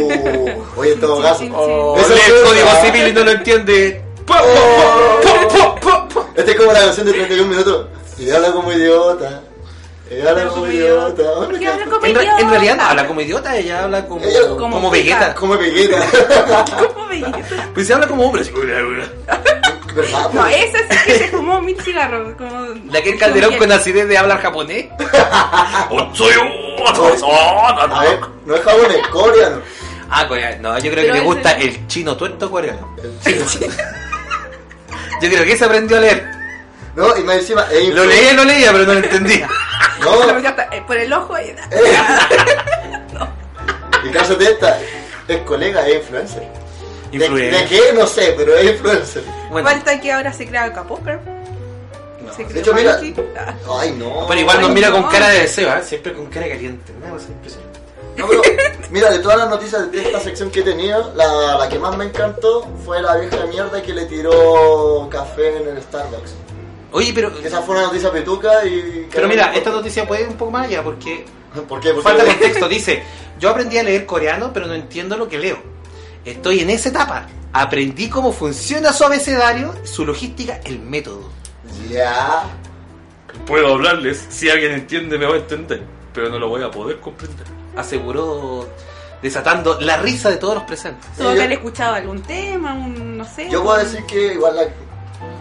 Speaker 1: oye, en todo
Speaker 3: Sí,
Speaker 1: caso.
Speaker 3: sí, sí.
Speaker 2: Oh,
Speaker 1: Eso
Speaker 2: lee
Speaker 1: es
Speaker 2: el código
Speaker 1: verdad.
Speaker 2: civil y no lo entiende. Po, po,
Speaker 1: Oh.
Speaker 2: po, po, po, po, po.
Speaker 1: Esta Este es como la canción de 31 minutos. Y habla como idiota. Y habla como idiota.
Speaker 3: ¿Por qué habla como
Speaker 2: En, re-
Speaker 3: idiota?
Speaker 2: en realidad no habla como idiota, ella habla como,
Speaker 1: Ella-
Speaker 2: como,
Speaker 3: Como
Speaker 2: Vegeta.
Speaker 1: Como pegueta.
Speaker 3: como idiota?
Speaker 2: Pues se habla como hombre. así.
Speaker 1: ¿Verdad?
Speaker 3: No, eh. esa sí que se fumó mil cigarros. Como,
Speaker 2: La que el calderón con acidez de hablar japonés.
Speaker 1: Oh, A ver, no es japonés, coreano.
Speaker 2: Ah, coreano. No, yo creo
Speaker 3: Pero
Speaker 2: que le
Speaker 3: ese-
Speaker 2: gusta el chino tuerto coreano. Yo creo que se aprendió a leer.
Speaker 1: No, y más encima. eh,
Speaker 2: Lo leía, lo leía, pero no lo entendía.
Speaker 1: No,
Speaker 3: Pero ya está, eh, Por el ojo. eh,
Speaker 1: Y caso de esta, es colega, es influencer. ¿De-
Speaker 2: Influencer.
Speaker 1: ¿De, qué? No sé, pero es influencer.
Speaker 2: Bueno,
Speaker 3: Falta que ahora se crea K-Popper. se
Speaker 1: De hecho, mira.
Speaker 3: Monkey. Ah.
Speaker 1: Ay, no.
Speaker 2: pero igual nos
Speaker 3: Ay,
Speaker 2: mira con
Speaker 3: no.
Speaker 2: cara de deseo, ¿eh? siempre con cara caliente. No, es impresionante.
Speaker 1: No, pero, mira, de todas las noticias de esta sección que he tenido, la, la que más me encantó fue la vieja mierda que le tiró café en el Starbucks.
Speaker 2: Oye, pero,
Speaker 1: Esa fue una noticia pituca y.
Speaker 2: pero mira, esta noticia puede ir un poco más allá porque
Speaker 1: ¿Por qué? Porque
Speaker 2: falta contexto. Dice, yo aprendí a leer coreano, pero no entiendo lo que leo. Estoy en esa etapa. Aprendí cómo funciona su abecedario, su logística, el método.
Speaker 1: Ya.
Speaker 2: Puedo hablarles, si alguien entiende me va a entender, pero no lo voy a poder comprender. Aseguró desatando la risa de todos los presentes.
Speaker 3: Tuvo
Speaker 1: Sí,
Speaker 3: que
Speaker 1: yo-
Speaker 3: haber escuchado algún tema, un, no sé.
Speaker 1: Yo puedo decir que igual la,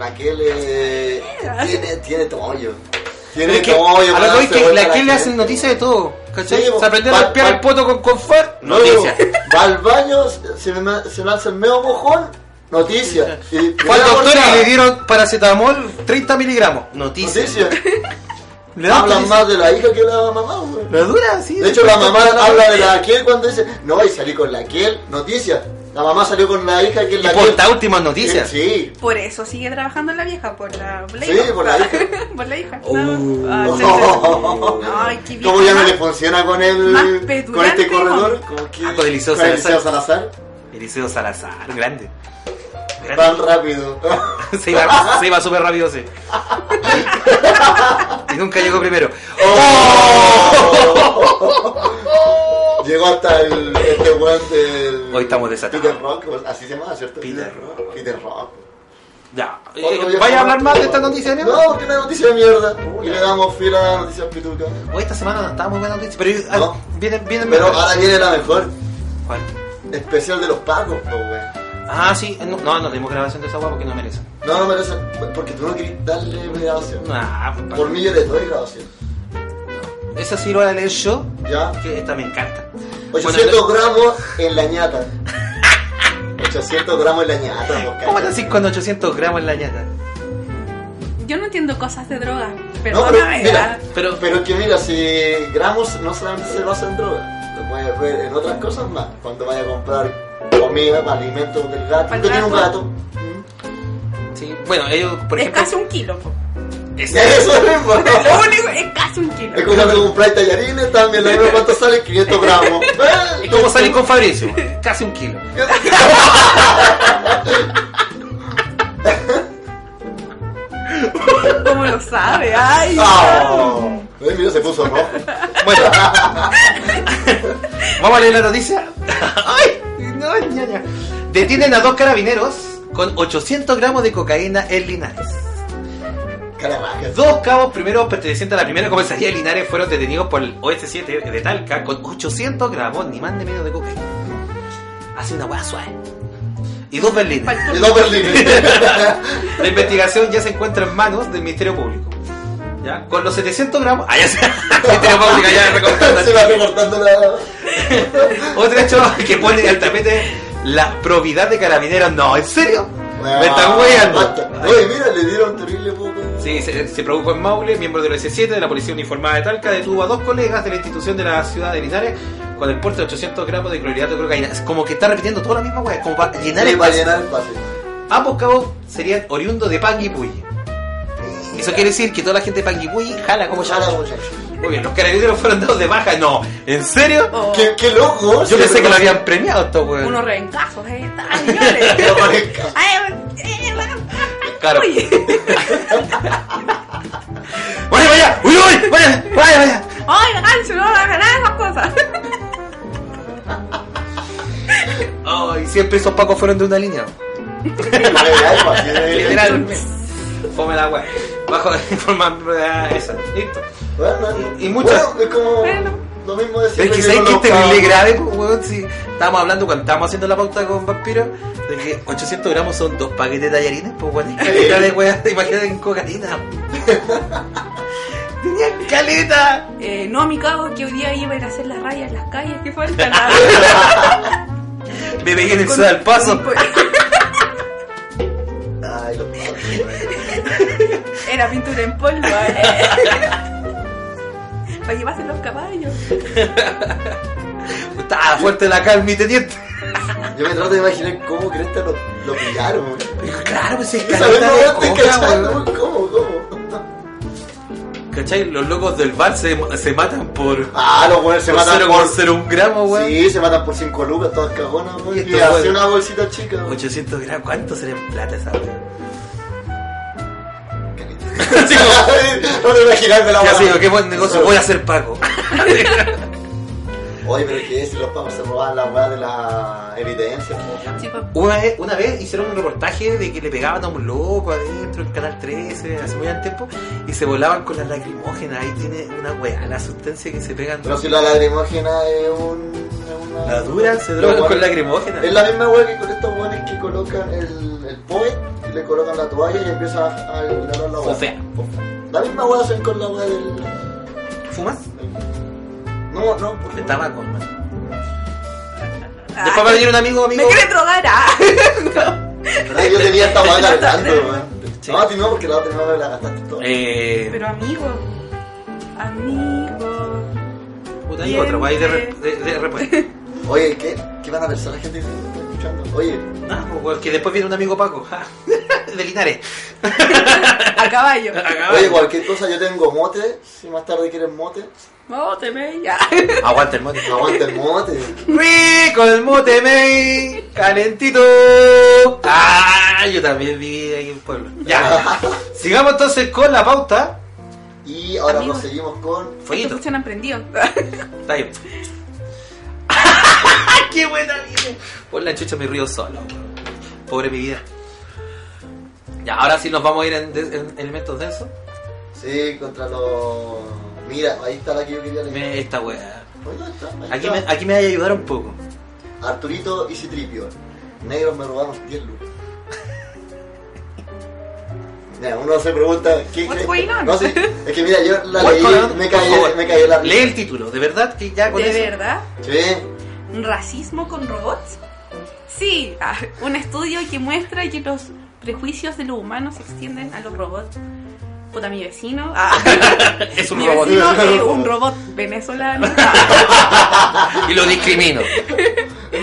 Speaker 1: la que le.
Speaker 3: Mira.
Speaker 1: Tiene, tiene toyo.
Speaker 2: Pero
Speaker 1: Tiene
Speaker 2: es que,
Speaker 1: toyo.
Speaker 2: a
Speaker 1: para
Speaker 2: lo que voy
Speaker 1: darse
Speaker 2: que
Speaker 1: vuelta a
Speaker 2: la que le
Speaker 1: gente.
Speaker 2: hacen noticia de todo, ¿cachai?
Speaker 1: Sí, pues,
Speaker 2: Se aprendió a
Speaker 1: va-
Speaker 2: limpiar
Speaker 1: va-
Speaker 2: el poto con confort,
Speaker 1: Luego,
Speaker 2: noticia.
Speaker 1: Va al baño, se- se me, ma- se me alza el medio mojón, noticia. Y
Speaker 2: Fue al
Speaker 1: y
Speaker 2: doctor
Speaker 1: la
Speaker 2: y le dieron paracetamol 30 miligramos, noticia.
Speaker 1: noticia.
Speaker 2: Le dan
Speaker 1: Hablan
Speaker 2: noticia.
Speaker 1: más de la hija que de la mamá, güey.
Speaker 2: La dura, sí.
Speaker 1: De hecho, la mamá habla de la Kiel cuando dice, no, y salí con la Kiel, noticia. La mamá salió con la hija que es
Speaker 2: Y
Speaker 1: la
Speaker 2: por
Speaker 1: Kiel.
Speaker 2: esta última noticia.
Speaker 1: Sí.
Speaker 3: Por eso sigue trabajando la vieja, por la, por la
Speaker 1: Sí,
Speaker 3: hija.
Speaker 1: por la hija.
Speaker 3: por la hija.
Speaker 2: Oh.
Speaker 3: Ah, sí, sí, sí. Ay, qué vieja.
Speaker 1: ¿Cómo ya no le funciona con
Speaker 3: más
Speaker 1: el con
Speaker 3: petulante,
Speaker 1: este corredor?
Speaker 3: ¿no?
Speaker 1: Como que,
Speaker 2: Ah, con Eliseo
Speaker 1: con Eliseo Salazar.
Speaker 2: Eliseo Salazar, grande. Grande.
Speaker 1: Tan rápido.
Speaker 2: Se iba, se iba súper rápido, sí. y nunca llegó primero.
Speaker 1: Llegó hasta el, este weón del.
Speaker 2: Hoy estamos desatados.
Speaker 1: Peter Rock, pues, así se llama, ¿cierto?
Speaker 2: Peter Rock.
Speaker 1: Peter Rock.
Speaker 2: Ya. Eh,
Speaker 1: Otro viejo
Speaker 2: ¿Vaya a hablar
Speaker 1: Rock.
Speaker 2: más de esta noticia, Neo?
Speaker 1: No, que una noticia de mierda. Y le damos fila a la noticia pituca.
Speaker 2: Hoy esta semana no estaba muy buena noticia, pero ah,
Speaker 1: No.
Speaker 2: vienen, vienen
Speaker 1: Pero
Speaker 2: mejores.
Speaker 1: ahora viene la mejor.
Speaker 2: ¿Cuál?
Speaker 1: Especial de los pacos, po, weón.
Speaker 2: Ah, sí, no, no, no tenemos grabación de esa guapa porque no merece.
Speaker 1: No, no merece. Porque tú no querés darle grabación.
Speaker 2: Nah, pues,
Speaker 1: Por mí yo le doy grabación.
Speaker 2: Esa sí lo voy a leer yo,
Speaker 1: Ya.
Speaker 2: que esta me encanta. Bueno,
Speaker 1: 800 gramos en la ñata. 800 gramos en la ñata, po,
Speaker 2: ¿Cómo te
Speaker 1: cacha.
Speaker 2: decís con 800 gramos en la ñata?
Speaker 3: Yo no entiendo cosas de droga.
Speaker 1: No,
Speaker 3: Perdóname,
Speaker 1: pero
Speaker 3: ¿verdad?
Speaker 1: mira,
Speaker 2: Pero,
Speaker 1: pero es que mira, si gramos no solamente se basa en droga, lo puedes ver en otras cosas más. Cuando vaya a comprar comida, alimentos del gato,
Speaker 3: Pa'l
Speaker 1: tú tienes un
Speaker 3: gato.
Speaker 1: gato.
Speaker 2: Sí. Bueno, ellos, por
Speaker 3: es
Speaker 2: ejemplo.
Speaker 3: casi un kilo. po.
Speaker 2: es-
Speaker 1: Eso es mismo.
Speaker 3: Lo único es casi un kilo.
Speaker 1: Es como cuando compráis tallarines también, lo mismo cuánto sale, 500 gramos. ¿Eh?
Speaker 2: ¿Y cómo salir con Fabricio? Casi un kilo.
Speaker 3: ¿Cómo lo sabe? Ay,
Speaker 2: Ah.
Speaker 1: Oh. Ay, mira, se puso rojo.
Speaker 2: Bueno, vamos a leer la noticia. ¡Ay! No, ya, ya. Detienen a dos carabineros con 800 gramos de cocaína en Linares.
Speaker 1: Caravaca.
Speaker 2: Dos cabos primeros pertenecientes a la primera comisaría de Linares fueron detenidos por el OS7 de Talca con 800 gramos, ni más ni menos, de cocaína. Hace una hueá suave. Y dos berlines.
Speaker 1: Y dos berlines.
Speaker 2: La investigación ya se encuentra en manos del Ministerio Público. ¿Ya? Con los 700 gramos. Ah, ya se. Ministerio Público ya recortando.
Speaker 1: Se va recortando la.
Speaker 2: Otro hecho que pone al tapete la probidad de carabineros. No, ¿en serio? Me están
Speaker 1: Ah, Basta.
Speaker 2: weyando.
Speaker 1: Oye, mira, le dieron terrible poco.
Speaker 2: Sí, se, se produjo en Maule, miembro del S7 de la Policía Uniformada de Talca, detuvo a dos colegas de la institución de la ciudad de Linares con el porte de 800 gramos de clorhidrato de cocaína. Es como que está repitiendo toda la misma weá, como para llenar
Speaker 1: Sí,
Speaker 2: el
Speaker 1: para
Speaker 2: vaso.
Speaker 1: llenar el pase.
Speaker 2: Ambos cabos serían oriundos de Panguipulli. Eso quiere decir que toda la gente de Panguipulli jala como
Speaker 1: Ojalá,
Speaker 2: llama.
Speaker 1: muchacho.
Speaker 2: Muy bien, los carabineros fueron dados de baja. No, ¿en serio?
Speaker 3: Oh,
Speaker 1: Qué, qué loco.
Speaker 2: Yo pensé que lo habían premiado estos weones.
Speaker 3: Unos reencazos, eh. Ay, señores. Ay, eh,
Speaker 2: Claro.
Speaker 3: Oye,
Speaker 2: ¡Vaya, vaya! ¡Uy, uy! ¡Vaya, vaya, vaya!
Speaker 3: oiga, Ganso, no va a ganar esas cosas.
Speaker 2: Ay, siempre esos pacos fueron de una línea. Literalmente. Fome la weá. Bajo la forma eh, esa. Listo. Y- y
Speaker 1: Y
Speaker 2: muchas-
Speaker 1: muchas. Es como.
Speaker 3: Bueno.
Speaker 1: Lo mismo decir.
Speaker 2: Pero es que sabes que este es terrible grave, pues, weón. Si estábamos hablando cuando estábamos haciendo la pauta con Vampiro, de que 800 gramos son dos paquetes de tallarines, pues, weón. es Caleta de weá, imagínate en cocaína. Tenía caleta.
Speaker 3: Eh, no, mi cabo, que hoy día iba a ir a hacer las rayas en las calles que faltan.
Speaker 2: Me pegué en el sudal al paso.
Speaker 1: Ay, lo
Speaker 3: Era pintura en polvo, eh. Para llevarse los caballos.
Speaker 2: Estaba fuerte la calma y teniente.
Speaker 1: Yo me trato de imaginar cómo Cresta lo, lo pillaron. güey.
Speaker 2: Pero claro, pues es
Speaker 1: Esa vez
Speaker 2: caleta
Speaker 1: no
Speaker 2: de
Speaker 1: estoy
Speaker 2: coca,
Speaker 1: cachando,
Speaker 2: weón.
Speaker 1: güey, ¿Cómo, cómo?
Speaker 2: ¿Cachai? Los locos del bar se, se matan por,
Speaker 1: Ah, los güeyes se
Speaker 2: por
Speaker 1: matan por.
Speaker 2: 0,01 gramo, weón.
Speaker 1: Sí, se matan por 5 lucas, todas cagonas, güey.
Speaker 2: Y
Speaker 1: Y
Speaker 2: esto,
Speaker 1: hace
Speaker 2: güey.
Speaker 1: una bolsita chica, güey.
Speaker 2: 800 gramos, ¿cuánto sería en plata esa weón?
Speaker 1: Sí, como- no te imaginas de la
Speaker 2: Ya
Speaker 1: bola.
Speaker 2: sé, qué buen negocio, voy a hacer Paco.
Speaker 1: Oye, pero que es, los pavos se robaban la weá de la evidencia. po.
Speaker 3: Sí, pues,
Speaker 2: Una vez, una vez hicieron un reportaje de que le pegaban a un loco adentro en Canal 13 hace muy buen tiempo y se volaban con las lacrimógenas. Ahí tiene una weá, la sustancia que se pegan.
Speaker 1: Pero si la lagrimógena es un. es una-
Speaker 2: La dura, se
Speaker 1: Pero,
Speaker 2: drogan
Speaker 1: güey,
Speaker 2: con lacrimógenas.
Speaker 1: Es la misma weá que con estos weones que colocan el, el poet, y le colocan la toalla y empiezan a, a eliminar la weá.
Speaker 2: Fofea.
Speaker 1: La misma weá hacen con la weá del.
Speaker 2: ¿Fumas?
Speaker 1: No, no, por
Speaker 2: De
Speaker 1: favor.
Speaker 2: tabaco, hermano. Después va a
Speaker 3: ay,
Speaker 2: venir un amigo, amigo.
Speaker 3: Me quiere drogar, ah.
Speaker 1: ¿Verdad? Yo tenía esta weá cargando, weón.
Speaker 2: Sí.
Speaker 1: No, a ti no, porque la otra no me la gastaste toda.
Speaker 2: Eh,
Speaker 3: Pero amigo, amigo.
Speaker 2: puta, hay otro, hay de, re- de, de repuesto.
Speaker 1: Oye, ¿qué? ¿Qué van a pensar la gente que está escuchando? Oye,
Speaker 2: No, pues, weón, que después viene un amigo Paco. ja, De Linares.
Speaker 3: A caballo.
Speaker 2: Ah.
Speaker 1: oye, cualquier cosa, yo tengo mote. Si más tarde quieres mote,
Speaker 3: Móteme ya.
Speaker 2: Aguanta el mote.
Speaker 1: aguanta el mote.
Speaker 2: Rico el mote, mey. Calentito. Ah, yo también viví ahí en el pueblo. Ya. Sigamos entonces con la pauta.
Speaker 1: Y ahora
Speaker 3: Amigo.
Speaker 1: proseguimos con.
Speaker 3: Te
Speaker 2: Fueguito.
Speaker 3: escuchan aprendido.
Speaker 2: Está bien. ¡Qué buena vida! Por la chucha me río solo. weón. Pobre mi vida. Ya, ahora sí nos vamos a ir en, des- en elementos densos.
Speaker 1: Sí, contra los. Mira, ahí está la que yo quería leer.
Speaker 2: Mira esta weá.
Speaker 1: ¿Dónde está? Ahí
Speaker 2: Aquí
Speaker 1: está.
Speaker 2: me, aquí me vaya a ayudar un poco.
Speaker 1: Arturito y Citripio. Negros me robaron 10 lucas. Ya, uno se pregunta ¿qué
Speaker 3: What's
Speaker 1: crees?
Speaker 3: going on?
Speaker 1: No sé, es que mira, yo la
Speaker 2: Voy
Speaker 1: leí,
Speaker 2: con la-
Speaker 1: me
Speaker 2: por
Speaker 1: caí,
Speaker 2: favor,
Speaker 1: me caí la
Speaker 2: Lee el título, de verdad que ya con
Speaker 3: ¿De
Speaker 2: eso.
Speaker 3: verdad?
Speaker 1: Sí,
Speaker 3: ¿Racismo con robots? Sí, ah, un estudio que muestra que los prejuicios de los humanos se extienden a los robots. Puta, mi vecino. ah,
Speaker 2: Es un
Speaker 3: mi
Speaker 2: robot.
Speaker 3: vecino es un robot venezolano. ah,
Speaker 2: Y lo discrimino.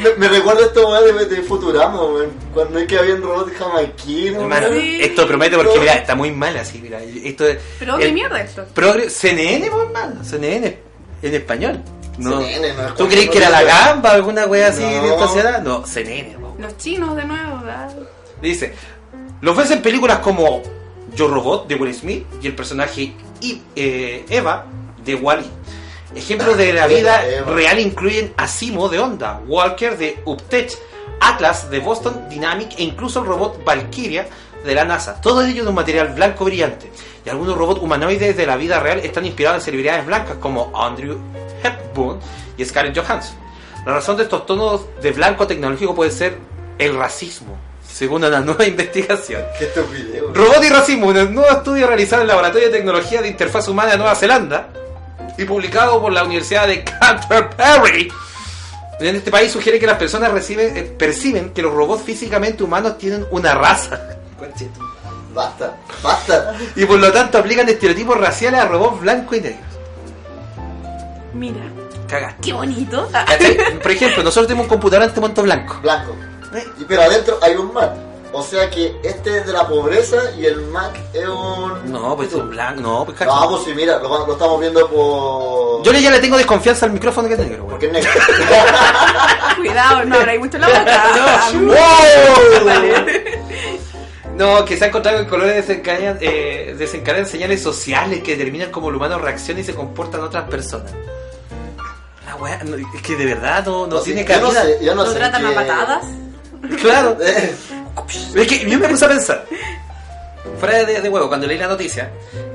Speaker 1: Me, me recuerda esto weá, de, de Futurama, weón. Cuando es que había un robot jamaiquino.
Speaker 2: Hermano,
Speaker 1: weón.
Speaker 3: Sí.
Speaker 2: esto promete porque mira, está muy mal así, mira. Esto es-
Speaker 3: Pero qué
Speaker 2: el-
Speaker 3: mierda esto.
Speaker 2: Progre- CNN, pues, hermano, CNN, en español. No.
Speaker 1: CNN, no es
Speaker 2: ¿Tú
Speaker 1: como-
Speaker 2: crees que era la gamba alguna wea así
Speaker 1: No.
Speaker 2: de esta ciudad? No, CNN, po.
Speaker 3: Los chinos de nuevo, ¿verdad?
Speaker 2: Dice, lo ves en películas como Yo Robot de Will Smith y el personaje I- eh, Eva de Wally. Ejemplos de la vida
Speaker 1: Eva.
Speaker 2: real incluyen Asimo de Honda, Walker de Uptech, Atlas de Boston Dynamic e incluso el robot Valkyria de la NASA. Todos ellos de un material blanco brillante. Y algunos robots humanoides de la vida real están inspirados en celebridades blancas como Andrew Hepburn y Scarlett Johansson. La razón de estos tonos de blanco tecnológico puede ser el racismo, según una nueva investigación.
Speaker 1: Qué estupidez, weón.
Speaker 2: Robot y racismo, un nuevo estudio realizado en el Laboratorio de Tecnología de Interfaz Humana de Nueva Zelanda y publicado por la Universidad de Canterbury. En este país sugiere que las personas reciben, eh, perciben que los robots físicamente humanos tienen una raza.
Speaker 1: Basta, basta.
Speaker 2: Y por lo tanto aplican estereotipos raciales a robots blancos y negros.
Speaker 3: Mira,
Speaker 2: Cagaste.
Speaker 3: qué bonito. Ah,
Speaker 2: ¿Cachai? Por ejemplo, nosotros tenemos un computador en este momento blanco.
Speaker 1: Blanco.
Speaker 2: Eh,
Speaker 1: Y pero adentro hay un Mac. O sea que este es de la pobreza y el Mac es un.
Speaker 2: No, pues un blanco, no, pues cacho.
Speaker 1: No, pues sí, mira, lo, lo estamos viendo por.
Speaker 2: Yo le- ya le tengo desconfianza al micrófono que es negro, güey.
Speaker 1: Porque es negro.
Speaker 3: ah, Cuidado, no abráis mucho la boca. Ah,
Speaker 2: No, que se ha encontrado que el color desencadenan, eh, desencadenan señales sociales que determinan cómo el humano reacciona y se comportan otras personas. La wea, no, es que de verdad no, no tiene
Speaker 1: Yo no sé,
Speaker 2: cabida.
Speaker 1: yo no
Speaker 3: ¿Lo
Speaker 1: sé
Speaker 3: tratan a
Speaker 1: qué-
Speaker 3: patadas?
Speaker 2: Claro,
Speaker 1: Eh,
Speaker 2: es que yo me puse a pensar. Fuera de, de huevo, cuando leí la noticia,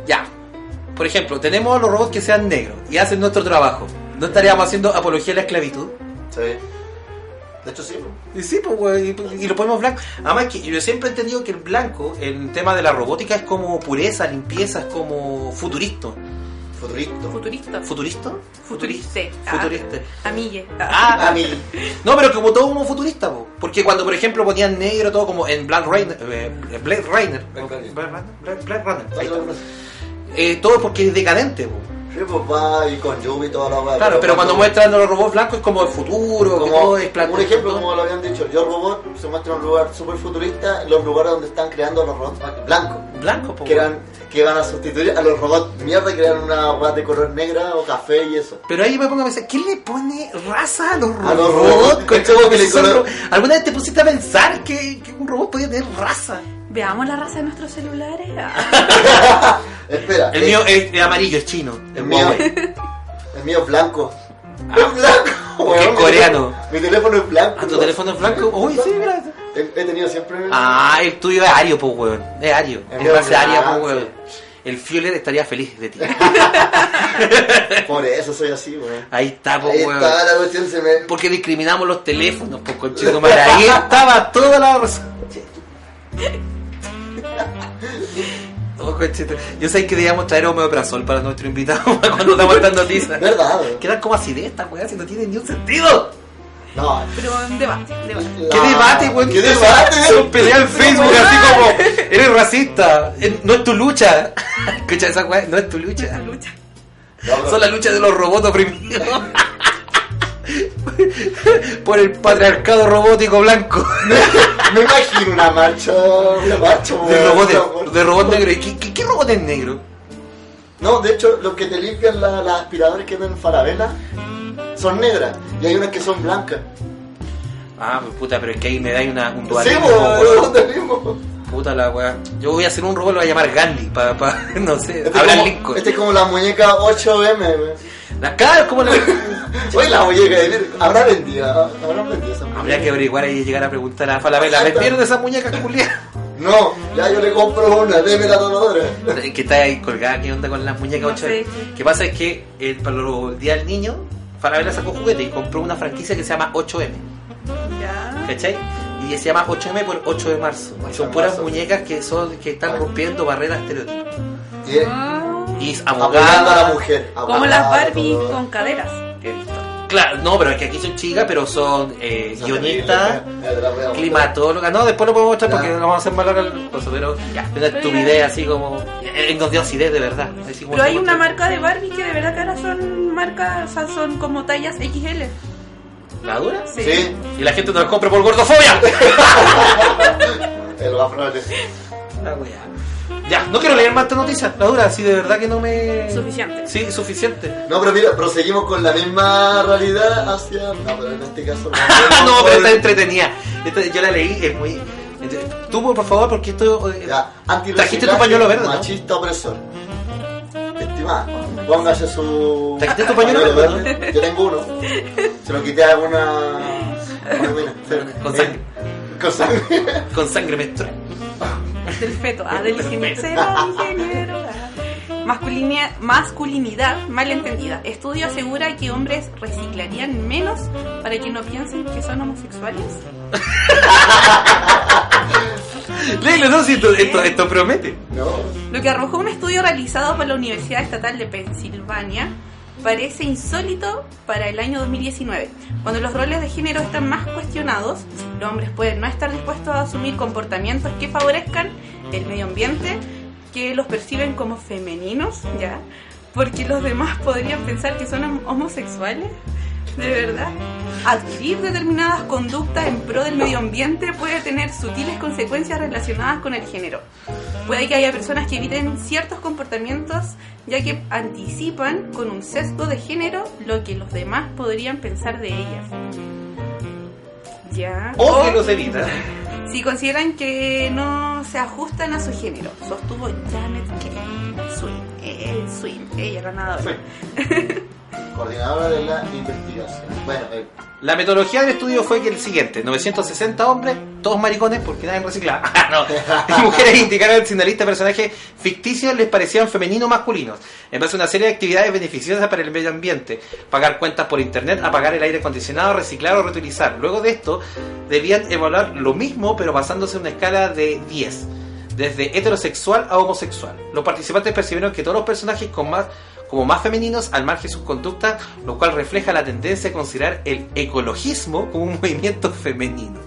Speaker 2: ya. Por ejemplo, tenemos los robots que sean negros y hacen nuestro trabajo. ¿No estaríamos haciendo apología a la esclavitud?
Speaker 1: sí. De hecho, sí. ¿no?
Speaker 2: Y sí, pues, güey, y, y lo ponemos blanco. Además, que yo siempre he entendido que el blanco, el tema de la robótica, es como pureza, limpieza, es como futuristo.
Speaker 1: Futurito.
Speaker 3: Futurista.
Speaker 2: ¿Futuristo?
Speaker 3: Futuriste.
Speaker 2: Futuriste.
Speaker 3: Amille.
Speaker 2: Ah,
Speaker 1: A mí.
Speaker 2: no, pero como todo como futurista, po. porque cuando por ejemplo ponían negro todo como en Black Rainer, eh, Blade Runner,
Speaker 1: Black Runner.
Speaker 2: Blade Runner, Blade- Blade Runner, ahí está. Eh, todo porque es decadente, po.
Speaker 1: Sí, pues va y con Yubi y toda la weá.
Speaker 2: claro, pero cuando muestran a los robots blancos es como el futuro, como
Speaker 1: Como,
Speaker 2: todo es plan-
Speaker 1: por ejemplo,
Speaker 2: todo-
Speaker 1: como lo habían dicho, Yo Robot se muestra en un lugar súper futurista, en los lugares donde están creando los robots blancos.
Speaker 2: blanco, po.
Speaker 1: que eran que van a sustituir a los robots mierda que eran una weá de color negra o café y eso.
Speaker 2: Pero ahí me pongo a pensar, ¿quién le pone raza a los robots?
Speaker 1: A los robots,
Speaker 2: concha,
Speaker 1: como que
Speaker 2: si
Speaker 1: le
Speaker 2: son
Speaker 1: colo-
Speaker 2: ro- ¿Alguna vez te pusiste a pensar que, que un robot podía tener raza?
Speaker 3: Veamos la raza de nuestros celulares. Ah,
Speaker 1: Espera,
Speaker 2: El
Speaker 1: eh,
Speaker 2: mío es, es amarillo, es chino.
Speaker 1: el
Speaker 2: es
Speaker 1: mío,
Speaker 2: Huawei.
Speaker 1: el mío es blanco. es blanco.
Speaker 2: porque es
Speaker 1: weón.
Speaker 2: coreano.
Speaker 1: Mi teléfono es blanco.
Speaker 2: Ah, tu teléfono es blanco. Uy, sí, mira.
Speaker 1: He, he tenido siempre
Speaker 2: Ah, el tuyo es ario, po, weón. Es ario.
Speaker 1: El
Speaker 2: Es
Speaker 1: mío
Speaker 2: raza
Speaker 1: es
Speaker 2: aria, po,
Speaker 1: blanco.
Speaker 2: weón. El Fueler estaría feliz de ti.
Speaker 1: por eso soy así, weón.
Speaker 2: Ahí está, po,
Speaker 1: Ahí está
Speaker 2: Ah, weón.
Speaker 1: la cuestión se me
Speaker 2: Porque discriminamos los teléfonos, po, conchito, Ahí estaba toda la razón. Oh, conchito. Yo sé que debíamos traer homeoprazol para nuestro invitado cuando estamos dando noticias.
Speaker 1: verdad. weón.
Speaker 2: Quedan como así de esta weá, si no tiene ni un sentido.
Speaker 1: No.
Speaker 3: Pero un debate, un debate.
Speaker 2: ¿Qué
Speaker 1: la-
Speaker 2: debate, weón?
Speaker 1: ¿Qué debate?
Speaker 2: Son peleas en Facebook así como, eres racista, eh, no es tu lucha. Escucha esa weá, no es tu
Speaker 3: La
Speaker 2: lucha.
Speaker 3: lucha.
Speaker 1: No, no.
Speaker 2: Son la lucha de los robots oprimidos. Por el patriarcado robótico blanco.
Speaker 1: Me imagino una marcha, una marcha,
Speaker 2: De
Speaker 1: weón.
Speaker 2: robot, de robot negro. ¿Y ¿Qué, qué, qué robot es negro?
Speaker 1: No, de hecho, los que te limpian la- las aspiradoras que venden Falabella son negras y hay unas que son blancas.
Speaker 2: Ah, pues puta, pero es que ahí me da una, un
Speaker 1: Sí,
Speaker 2: dualismo,
Speaker 1: weón,
Speaker 2: pues, weón.
Speaker 1: son del mismo.
Speaker 2: Puta la weá. Yo voy a hacer un robot, lo voy a llamar Gandhi, para, pa, no sé,
Speaker 1: Este,
Speaker 2: Abraham
Speaker 1: como,
Speaker 2: Lincoln.
Speaker 1: este es como la muñeca 8M. weón.
Speaker 2: La cara, como la...
Speaker 1: Oye, la muñeca de Vir- habrá vendido, habrá vendido esa muñeca.
Speaker 2: Habría que averiguar y llegar a preguntar a Falabella, ¿me pierdo esa muñeca culia?
Speaker 1: No, ya yo le compro una, deme la donadora.
Speaker 2: que está ahí colgada, ¿qué onda con las muñecas
Speaker 3: No
Speaker 2: 8?
Speaker 3: sé.
Speaker 2: Que pasa es que el, para el Día del Niño, Falabella sacó juguete y compró una franquicia que se llama 8M,
Speaker 3: Ya.
Speaker 2: ¿cachai? Y se llama 8M por 8 de marzo.
Speaker 1: 8 de
Speaker 2: son puras
Speaker 1: marzo.
Speaker 2: muñecas que son que están
Speaker 1: Ay.
Speaker 2: rompiendo barreras estereotipas.
Speaker 1: Y es
Speaker 3: Ah,
Speaker 2: Y es
Speaker 1: apoyando a
Speaker 2: abogada,
Speaker 1: la mujer.
Speaker 3: Como las Barbie con caderas.
Speaker 2: He visto. Claro, no, pero es que aquí son chicas, pero son eh, guionistas. climatóloga. No, después lo podemos mostrar porque
Speaker 1: Ya.
Speaker 2: no vamos a hacer más larga el coso, pero ya, una estupidez así como. En donde acidez de verdad. Así como
Speaker 3: Pero hay
Speaker 2: se
Speaker 3: una
Speaker 2: muestra.
Speaker 3: marca de Barbie que de verdad que ahora son marcas, o sea, son como tallas XL.
Speaker 2: ¿La dura?
Speaker 3: Sí.
Speaker 1: Sí,
Speaker 2: Y la gente no la compra por gordofobia.
Speaker 1: el Gafrones.
Speaker 2: La weá. Ya, no quiero leer más esta noticia. La dura, sí, de verdad que no me.
Speaker 3: Suficiente.
Speaker 2: Sí, suficiente.
Speaker 1: No, pero mira, proseguimos con la misma realidad hacia. No, pero en este caso.
Speaker 2: Ah, no, pero está entretenida. Esta- yo la leí, es muy. Tú, por favor, porque esto. eh,
Speaker 1: Ya, antirreciclaje,
Speaker 2: Trajiste tu pañuelo verde, ¿no?
Speaker 1: Machista opresor. Estimada, póngase su.
Speaker 2: Trajiste tu pañuelo verde,
Speaker 1: Yo tengo uno. Se lo quité a una. una mina, pero-
Speaker 2: Con sangre.
Speaker 1: Con sangre.
Speaker 2: Con sangre menstrual.
Speaker 3: Del feto. Ah, del ingeniero. ingeniero, ah. Masculinia- masculinidad mal entendida. Estudio asegura que hombres reciclarían menos para que no piensen que son homosexuales.
Speaker 2: Léelo, no, si esto, esto, esto promete.
Speaker 1: No.
Speaker 3: Lo que arrojó un estudio realizado por la Universidad Estatal de Pensilvania parece insólito para el año 2019. Cuando los roles de género están más cuestionados, los hombres pueden no estar dispuestos a asumir comportamientos que favorezcan el medio ambiente, que los perciben como femeninos, ¿ya? Porque los demás podrían pensar que son hom- homosexuales, ¿de verdad? Adquirir determinadas conductas en pro del medio ambiente puede tener sutiles consecuencias relacionadas con el género. Puede que haya personas que eviten ciertos comportamientos ya que anticipan con un sesgo de género lo que los demás podrían pensar de ellas. Ya.
Speaker 2: O
Speaker 3: O
Speaker 2: que los evita.
Speaker 3: si consideran que no se ajustan a su género, sostuvo Janet Kelly, Swim, eh, Swim, ella era nadadora.
Speaker 1: Coordinadora de la investigación. Bueno, eh,
Speaker 2: La metodología del estudio fue que el siguiente: 960 hombres, todos maricones porque nadie reciclaba. Ah, no. Y mujeres indicaron al sindalista personajes ficticios les parecían femeninos o masculinos. En base a una serie de actividades beneficiosas para el medio ambiente: pagar cuentas por internet, apagar el aire acondicionado, reciclar o reutilizar. Luego de esto, debían evaluar lo mismo, pero basándose en una escala de 10, desde heterosexual a homosexual. Los participantes percibieron que todos los personajes con más como más femeninos al margen de sus conductas, lo cual refleja la tendencia a considerar el ecologismo como un movimiento femenino.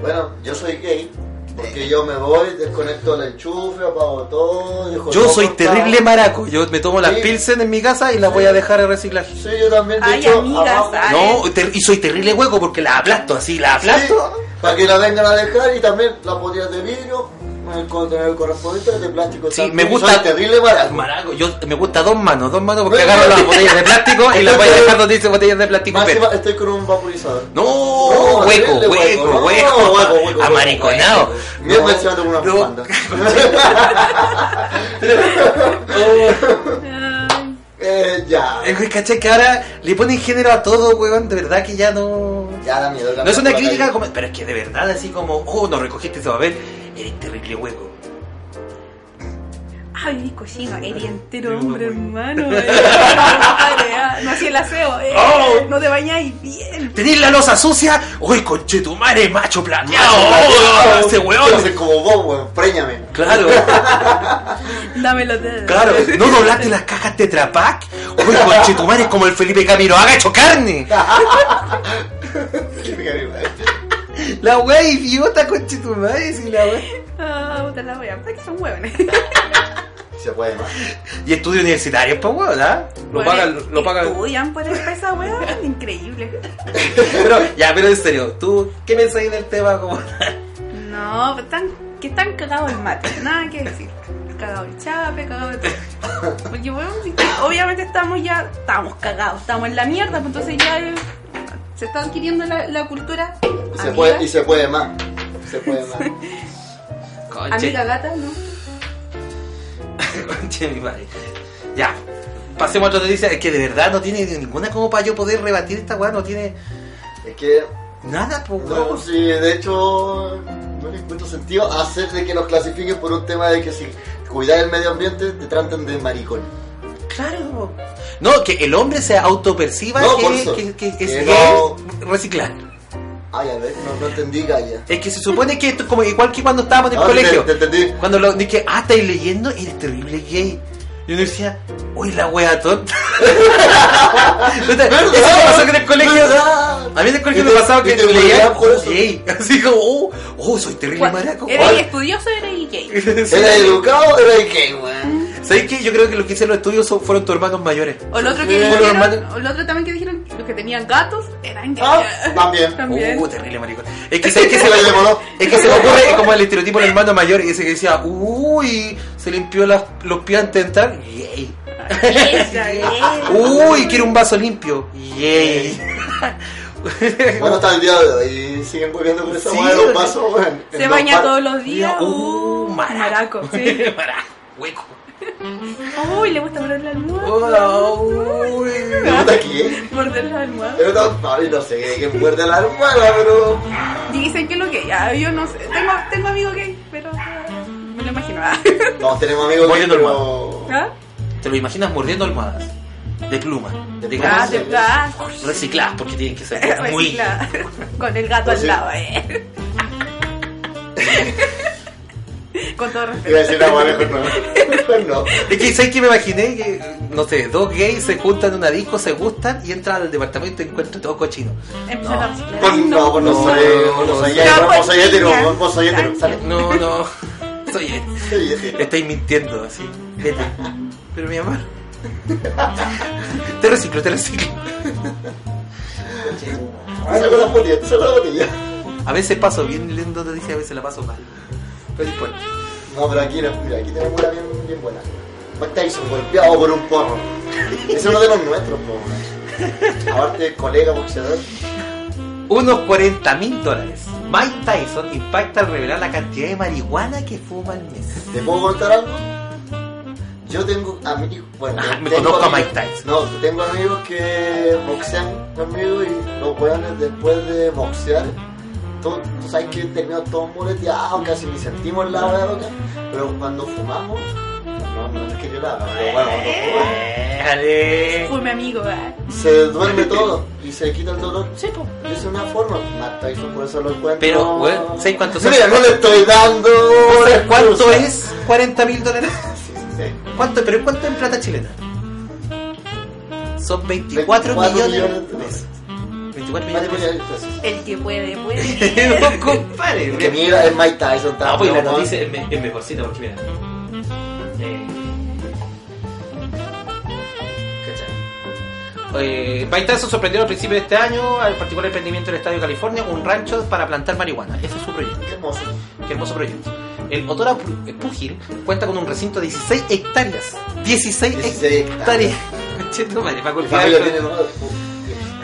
Speaker 1: bueno, yo soy gay. Porque yo me voy, desconecto el enchufe, apago todo. dejo
Speaker 2: Yo
Speaker 1: todo
Speaker 2: soy
Speaker 1: cortado.
Speaker 2: terrible maraco, yo me tomo las
Speaker 1: Sí.
Speaker 2: pilsen en mi casa y las
Speaker 1: Sí.
Speaker 2: voy a dejar de reciclaje.
Speaker 1: Sí, yo también. De
Speaker 3: Ay,
Speaker 1: hecho,
Speaker 3: amigas,
Speaker 1: abajo-
Speaker 3: ay.
Speaker 2: No, ter- y soy terrible hueco porque las aplasto así, las
Speaker 1: Sí,
Speaker 2: aplasto.
Speaker 1: para que la vengan a dejar y también las botellas de vidrio, el contenedor correspondiente de plástico.
Speaker 2: Sí,
Speaker 1: también.
Speaker 2: me gusta-
Speaker 1: Soy terrible barato.
Speaker 2: Maraco, yo me gusta dos manos, dos manos porque
Speaker 1: No,
Speaker 2: agarro
Speaker 1: no,
Speaker 2: las
Speaker 1: no.
Speaker 2: botellas de plástico y las voy a dejar donde dice botellas de plástico. PET.
Speaker 1: Máxima, estoy con un vaporizador.
Speaker 2: No,
Speaker 1: No,
Speaker 2: hueco,
Speaker 1: terrible
Speaker 2: hueco,
Speaker 1: hueco,
Speaker 2: hueco,
Speaker 1: no, hueco, hueco, hueco,
Speaker 2: amariconado.
Speaker 1: Me he mencionado con una
Speaker 2: no.
Speaker 1: bufanda.
Speaker 3: Ay,
Speaker 1: eh, ya.
Speaker 2: Es que caché que ahora le ponen género a todo, weón, de verdad que ya no...
Speaker 1: Ya da miedo.
Speaker 2: No es una
Speaker 1: por ahí.
Speaker 2: crítica, como- pero es que de verdad así como, oh, no recogiste ese papel, eres terrible hueco.
Speaker 3: Ay, mi cochino, eres entero
Speaker 2: No,
Speaker 3: hombre,
Speaker 2: güey.
Speaker 3: hermano. eh. Compadre, ah, No hacía el aseo, eh,
Speaker 2: Oh.
Speaker 3: no te bañáis bien.
Speaker 2: ¿Tenés la losa sucia? ¡Uy, conchetumare, macho plateado!
Speaker 1: Ah,
Speaker 2: ¡Oh, ese
Speaker 1: quiero
Speaker 2: weón!
Speaker 1: ser como vos, weón. Préñame.
Speaker 2: Claro,
Speaker 3: Dame los dedos.
Speaker 2: claro. ¿No doblaste las cajas Tetra Pak? ¡Uy, conchetumare, es como el Felipe Camilo! ¡Haga hecho carne! La wea idiota, conchetumare, sí, la wea.
Speaker 3: Ah, puta la wea, puta que son huevones.
Speaker 1: Se puede más.
Speaker 2: Y estudio universitario, pues weón, ¿ah? Lo
Speaker 3: Bueno,
Speaker 2: pagan, lo pagan.
Speaker 3: Estudian por esa wea, increíble.
Speaker 2: Pero, ya, pero en serio, ¿tú qué pensáis del tema? Como...
Speaker 3: No, pero están, que están cagados el mate, nada que decir. Cagado el chape, cagado el todo. Porque bueno, si- obviamente estamos ya, estamos cagados, estamos en la mierda, pues entonces ya eh, se está adquiriendo la, la cultura.
Speaker 1: Se
Speaker 3: Amiga,
Speaker 1: puede, y se puede más. Se puede más.
Speaker 2: Conche,
Speaker 3: amiga gata, ¿no?
Speaker 2: conche mi madre. Ya, pasemos a otra noticia. Es que de verdad no tiene ninguna como para yo poder rebatir esta weá, no tiene
Speaker 1: Es que.
Speaker 2: nada, pues
Speaker 1: No,
Speaker 2: weón.
Speaker 1: sí, de hecho. No le encuentro sentido hacer de que nos clasifiquen por un tema de que si cuidar el medio ambiente te tratan de maricón.
Speaker 2: Claro. No, que el hombre se autoperciba
Speaker 1: No, por
Speaker 2: que,
Speaker 1: eso.
Speaker 2: que, que, que
Speaker 1: Que
Speaker 2: es,
Speaker 1: no.
Speaker 2: es reciclar.
Speaker 1: Ay, a ver, no, no entendí, Gaya.
Speaker 2: Es que se supone que esto es como igual que cuando estábamos en el
Speaker 1: Ah, sí, te-
Speaker 2: colegio.
Speaker 1: Te, entendí.
Speaker 2: Cuando lo dije, ah, estáis leyendo, eres terrible gay. Y uno decía, uy, la wea tonta. Eso me pasó que en el colegio.
Speaker 1: ¿Verdad?
Speaker 2: A mí en el colegio
Speaker 1: Y
Speaker 2: me
Speaker 1: te-
Speaker 2: pasaba
Speaker 1: y
Speaker 2: que
Speaker 1: te
Speaker 2: leía
Speaker 1: burlaban por eso.
Speaker 2: gay. Así como, oh, oh, soy terrible
Speaker 3: Bueno,
Speaker 2: maraco.
Speaker 3: ¿Eres
Speaker 2: Oh.
Speaker 3: estudioso o eres gay?
Speaker 2: Sí.
Speaker 1: ¿Era educado o era gay, weón?
Speaker 2: ¿Sabes qué? Yo creo que lo que hicieron los estudios son- fueron tus hermanos mayores.
Speaker 3: O el otro
Speaker 1: Sí,
Speaker 3: que
Speaker 1: bueno,
Speaker 3: dijeron,
Speaker 2: hermano.
Speaker 3: o el otro también que dijeron, los que tenían gatos eran
Speaker 1: Ah,
Speaker 3: gays.
Speaker 1: también.
Speaker 3: También.
Speaker 2: Uh, terrible maricón. Es que, ¿sabes qué? se me
Speaker 1: Le voló.
Speaker 2: es que se me ocurre es como el estereotipo del hermano mayor y ese que decía, uy, se limpió las- los pies antes de entrar, yay.
Speaker 3: Esa, esa.
Speaker 2: Uy, quiere un vaso limpio, yay.
Speaker 1: Bueno, hasta el día de hoy siguen volviendo con esa
Speaker 2: Sí.
Speaker 1: hueá de los vasos, weón. En
Speaker 3: Se
Speaker 1: los
Speaker 3: baña
Speaker 1: bar-
Speaker 3: todos los días.
Speaker 2: Uh,
Speaker 3: Uh,
Speaker 2: maraco.
Speaker 3: maraco. sí.
Speaker 2: Pará, hueco.
Speaker 3: Uy, le gusta morder la almohada.
Speaker 2: Oh, Uy.
Speaker 1: ¿Te gusta aquí? ¿eh?
Speaker 3: Morder la almohada.
Speaker 1: Pero no, no, y no sé, que muerde la hermana, pero.
Speaker 3: Y dicen que es lo que ya, yo no sé. Tengo, tengo amigos gay, pero eh, me lo imagino. ¿ah?
Speaker 1: Todos tenemos amigos que
Speaker 2: Mordiendo
Speaker 1: como.
Speaker 3: ¿Ah?
Speaker 2: Te lo imaginas mordiendo almohadas de pluma, de
Speaker 1: ¿Cómo
Speaker 3: Ah,
Speaker 2: gamas
Speaker 1: se
Speaker 3: de
Speaker 1: llama?
Speaker 3: plan.
Speaker 2: recicladas porque tienen que ser muy.
Speaker 3: Recicla. Con el gato al
Speaker 1: Sí.
Speaker 3: lado, eh. Con todo
Speaker 1: Iba a
Speaker 3: respeto.
Speaker 1: decir, no, bueno, mejor no. Mejor no.
Speaker 2: Es que ¿sabes que me imaginé que, no sé, dos gays se juntan en una disco, se gustan y entran al departamento y encuentran todo cochino.
Speaker 3: Empiezan a reciclar.
Speaker 1: Con, Pues no, vos no
Speaker 2: No,
Speaker 1: soy,
Speaker 2: no,
Speaker 1: vos no pues soy
Speaker 2: no.
Speaker 1: hetero, vos
Speaker 3: No,
Speaker 1: soy hetero,
Speaker 3: niña.
Speaker 1: vos- vos soy hetero, sale.
Speaker 2: No, no, soy este.
Speaker 1: Soy hetero.
Speaker 2: Estáis mintiendo, así. Vete. Pero mi amor. Te reciclo, te reciclo.
Speaker 1: Saco "Ah, la botella, saco la botella.
Speaker 2: A veces paso bien lindo, te dije, a veces la paso mal. Pero no importa.
Speaker 1: No, pero aquí, no, mira, aquí tenemos una bien, bien buena. Pues Mike Tyson golpeado por un porro. Es uno de los nuestros, po. weón. Aparte, colega boxeador.
Speaker 2: Unos 40 mil dólares. Mike Tyson impacta al revelar la cantidad de marihuana que fuma al mes.
Speaker 1: ¿Te puedo contar algo? Yo tengo amigos. Bueno,
Speaker 2: Ah, me
Speaker 1: tengo
Speaker 2: conozco a
Speaker 1: amigos-
Speaker 2: Mike Tyson.
Speaker 1: No, tengo amigos que boxean conmigo y los weones después de boxear. Tú, tú sabes que terminamos todos moleteados, casi ni sentimos la wea loca. Pero cuando fumamos, no, no es que yo la haga, pero bueno, cuando fumamos,
Speaker 2: ¿Eh? Dale.
Speaker 3: Fue mi amigo, ¿eh?
Speaker 1: se duerme todo y se quita el dolor.
Speaker 3: Sí, po.
Speaker 1: Es una forma, Mike Tyson por eso lo encuentro.
Speaker 2: Pero, weón, ¿sabes cuánto son?
Speaker 1: Mira, no le estoy dando.
Speaker 2: ¿Sabes ¿Cuánto
Speaker 1: excusa.
Speaker 2: es 40 mil dólares?
Speaker 1: Sí, sí.
Speaker 2: ¿Cuánto? ¿Pero cuánto en plata chilena? Son 24,
Speaker 1: 24
Speaker 2: millones de
Speaker 1: dólares.
Speaker 2: pesos. 24
Speaker 1: Vale,
Speaker 2: millones de
Speaker 1: pues,
Speaker 2: pesos.
Speaker 1: entonces.
Speaker 3: El que puede, puede.
Speaker 2: No, compadre.
Speaker 1: Que mira, es Mike Tyson.
Speaker 2: No,
Speaker 1: está
Speaker 2: pues la
Speaker 1: loco.
Speaker 2: noticia es, me- es mejorcita porque mira. Eh, ¿cachai? Eh, Mike Tyson sorprendió al principio de este año al particular emprendimiento del Estadio de California, un rancho para plantar marihuana. Ese es su proyecto.
Speaker 1: Qué hermoso.
Speaker 2: Qué hermoso proyecto. El Otora Pu- eh, Pugil cuenta con un recinto de 16 hectáreas. 16,
Speaker 1: 16
Speaker 2: hectáreas. Chetumare, para
Speaker 1: Mi
Speaker 2: cultivar
Speaker 1: familia
Speaker 2: con-
Speaker 1: tiene dos.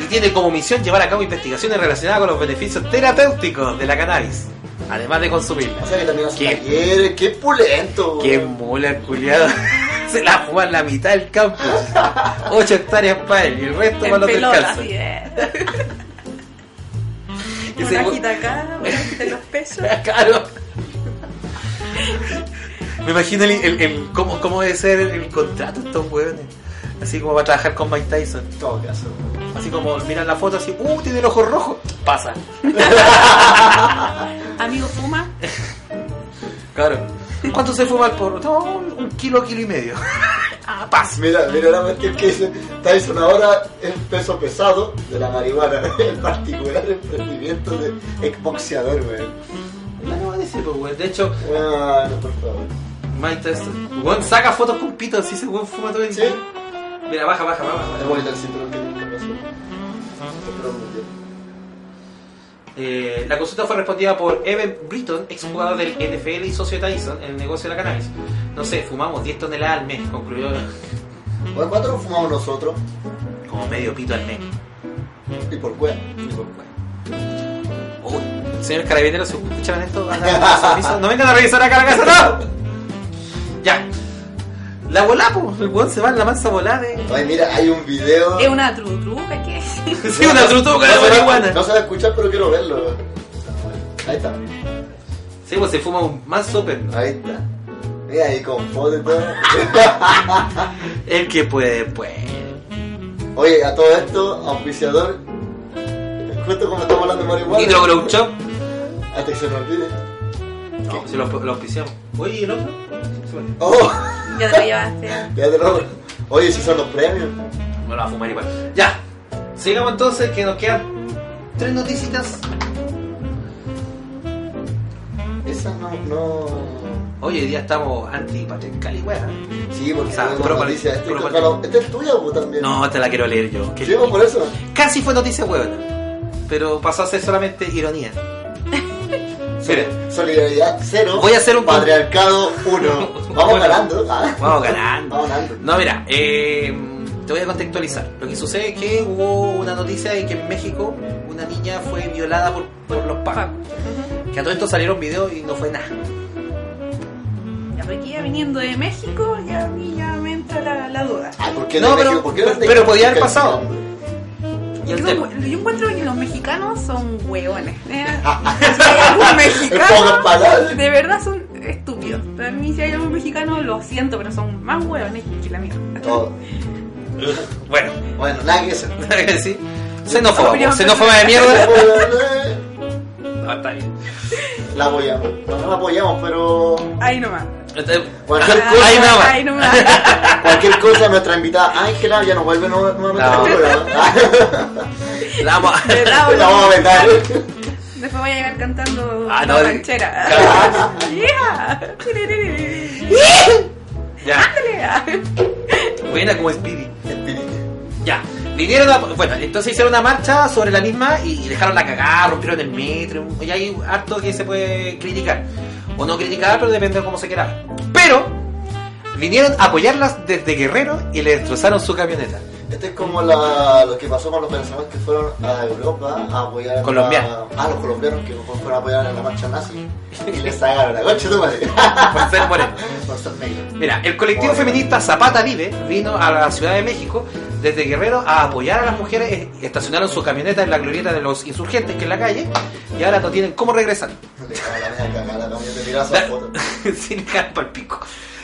Speaker 2: y tiene como misión llevar a cabo investigaciones relacionadas con los beneficios terapéuticos de la cannabis, además de
Speaker 1: O
Speaker 2: consumirla.
Speaker 1: sea que también hace
Speaker 2: ¿Qué?
Speaker 1: talleres. Qué pulento.
Speaker 2: ¡Qué
Speaker 1: weón.
Speaker 2: mola, el culiado! Se la juega en la mitad del campo. 8 hectáreas para él y el resto para
Speaker 3: En
Speaker 2: los
Speaker 3: pelota,
Speaker 2: descansos.
Speaker 3: así, ¿eh?
Speaker 2: Y
Speaker 3: Una
Speaker 2: se-
Speaker 3: quita acá, una quita en los pesos.
Speaker 2: Claro. Me imagino el, el- el- cómo, cómo debe ser el, el contrato de estos hueones. Así como va a trabajar con Mike Tyson.
Speaker 1: En todo caso.
Speaker 2: Así como miran la foto así, ¡uh! Tiene el ojo rojo. Pasa.
Speaker 3: Amigo fuma,
Speaker 2: Claro. ¿Cuánto se fuma el porro? No, un kilo, kilo y medio. ah, pasa.
Speaker 1: Mira, mira la cuestión que dice Tyson ahora es peso pesado de la marihuana. En particular, el emprendimiento de exboxeador, weón.
Speaker 2: No, ese, pues, weón. De hecho,
Speaker 1: Bueno, por favor.
Speaker 2: Mike Tyson. Weón saca fotos con pito así, ese weón fuma todo el
Speaker 1: Sí.
Speaker 2: día. Mira, baja, baja, baja.
Speaker 1: Es bonito el cinturón que tiene el corazón. Cinturón mundial.
Speaker 2: Eh, la consulta fue respondida por Evan Britton, exjugador del NFL y socio de Tyson en el negocio de la cannabis. No sé, fumamos 10 toneladas al mes, concluyó
Speaker 1: Bueno, ¿Cuánto nos fumamos nosotros?
Speaker 2: como medio pito al mes.
Speaker 1: ¿Y por qué?
Speaker 2: Uy, señores carabineros, si escuchan esto, van a servicio. no vengan a revisar acá la casa, no. Ya. La volá, po. el weón se va en la mansa volá de...
Speaker 1: Ay, mira, hay un video.
Speaker 3: es una trutruca, ¿qué es?
Speaker 2: Sí, una trutuca de
Speaker 1: No se va-
Speaker 2: marihuana.
Speaker 1: No se va a escuchar, pero quiero verlo. Ahí está,
Speaker 2: Sí, pues se fuma un manso perno.
Speaker 1: ahí está. Mira ahí con foto y todo.
Speaker 2: El que puede, puede.
Speaker 1: Oye, a todo esto, auspiciador. Justo como estamos hablando de marihuana.
Speaker 2: Hidro Grow Shop.
Speaker 1: Hasta que se me olvide.
Speaker 2: No, si lo, lo auspiciamos. Oye, ¿y el otro?
Speaker 1: Oh,
Speaker 3: Ya te lo llevaste.
Speaker 1: ya te lo Oye, si son los premios.
Speaker 2: Me lo va a fumar igual. Ya. Sigamos entonces que nos quedan tres noticitas.
Speaker 1: Esas no, no.
Speaker 2: Oye, hoy día estamos anti-patriarcal y weá.
Speaker 1: Sí, porque
Speaker 2: O sea,
Speaker 1: tenemos
Speaker 2: puro pal-
Speaker 1: noticias. Este,
Speaker 2: puro pal-
Speaker 1: pero este es tuyo pues, también.
Speaker 2: No, te la quiero leer yo. Qué
Speaker 1: Sí, pues, por eso.
Speaker 2: Casi fue noticia huevona, pero pasó a ser solamente ironía. Mira,
Speaker 1: Sol- Solidaridad cero.
Speaker 2: Voy a hacer un-
Speaker 1: Patriarcado uno. Vamos
Speaker 2: Bueno.
Speaker 1: ganando. ah.
Speaker 2: vamos ganando.
Speaker 1: Vamos ganando.
Speaker 2: No, mira, eh, te voy a contextualizar. Lo que sucede es que hubo una noticia de que en México una niña fue violada por, por los pacos. Que a todo esto salieron videos y no fue nada.
Speaker 3: Ya, porque ya viniendo de México, ya a mí ya me entra la, la duda.
Speaker 1: Ah, ¿por qué
Speaker 2: No,
Speaker 1: de
Speaker 2: pero-
Speaker 1: México? ¿Por qué de-
Speaker 2: pero podía haber
Speaker 1: de-
Speaker 2: pasado. Y
Speaker 3: Yo,
Speaker 2: el tema.
Speaker 3: yo encuentro que los mexicanos son hueones. ¿eh? Si hay
Speaker 1: En
Speaker 3: algún
Speaker 1: pocas
Speaker 3: mexicano,
Speaker 1: palabras.
Speaker 3: de verdad son estúpidos. Para mí, si hay algún mexicano, lo siento, pero son más hueones que la mía.
Speaker 1: No,
Speaker 2: Bueno,
Speaker 1: Bueno, nada que hacer.
Speaker 2: sí. Xenófoba, po, xenófoba de mierda. Ah, está bien.
Speaker 1: La apoyamos. No, no la apoyamos, pero.
Speaker 3: Ahí nomás.
Speaker 2: Entonces,
Speaker 1: Cualquier
Speaker 3: Ah,
Speaker 1: cosa,
Speaker 2: Este, Ahí nomás.
Speaker 3: Ahí nomás.
Speaker 1: cualquier cosa, nuestra invitada Ángela ya nos vuelve no, no, no,
Speaker 2: No. la vamos a-
Speaker 3: De verdad,
Speaker 1: Ah, La vamos a vetar.
Speaker 3: Después voy a llegar cantando
Speaker 2: Ah, no,
Speaker 3: la
Speaker 2: de-
Speaker 3: ranchera. Yeah. Tiririrí.
Speaker 2: Ya.
Speaker 3: Ándale.
Speaker 2: Buena como Speedy. Ya. Vinieron a- Bueno, entonces hicieron una marcha sobre la misma y, y dejaron la cagada, rompieron el metro. Y hay harto que se puede criticar. O no criticar, pero depende de cómo se quiera. Pero vinieron a apoyarlas desde Guerrero y le destrozaron su camioneta.
Speaker 1: Esto Este es como la, lo que pasó con los venezolanos que fueron a Europa a apoyar a-
Speaker 2: Colombianos.
Speaker 1: a, los colombianos que fueron a apoyar a la marcha nazi y les sacaron la concha de tu madre.
Speaker 2: Por ser moreno.
Speaker 1: Por ser negro.
Speaker 2: Mira, el colectivo feminista Zapata Vive vino a la Ciudad de México desde Guerrero a apoyar a las mujeres. eh, Estacionaron su camioneta en la glorieta de los insurgentes, que es la calle, y ahora no tienen cómo regresar.
Speaker 1: Le cagaron la media cagada también te miras
Speaker 2: Da-
Speaker 1: esa foto.
Speaker 2: Sin dejar pa'l pico.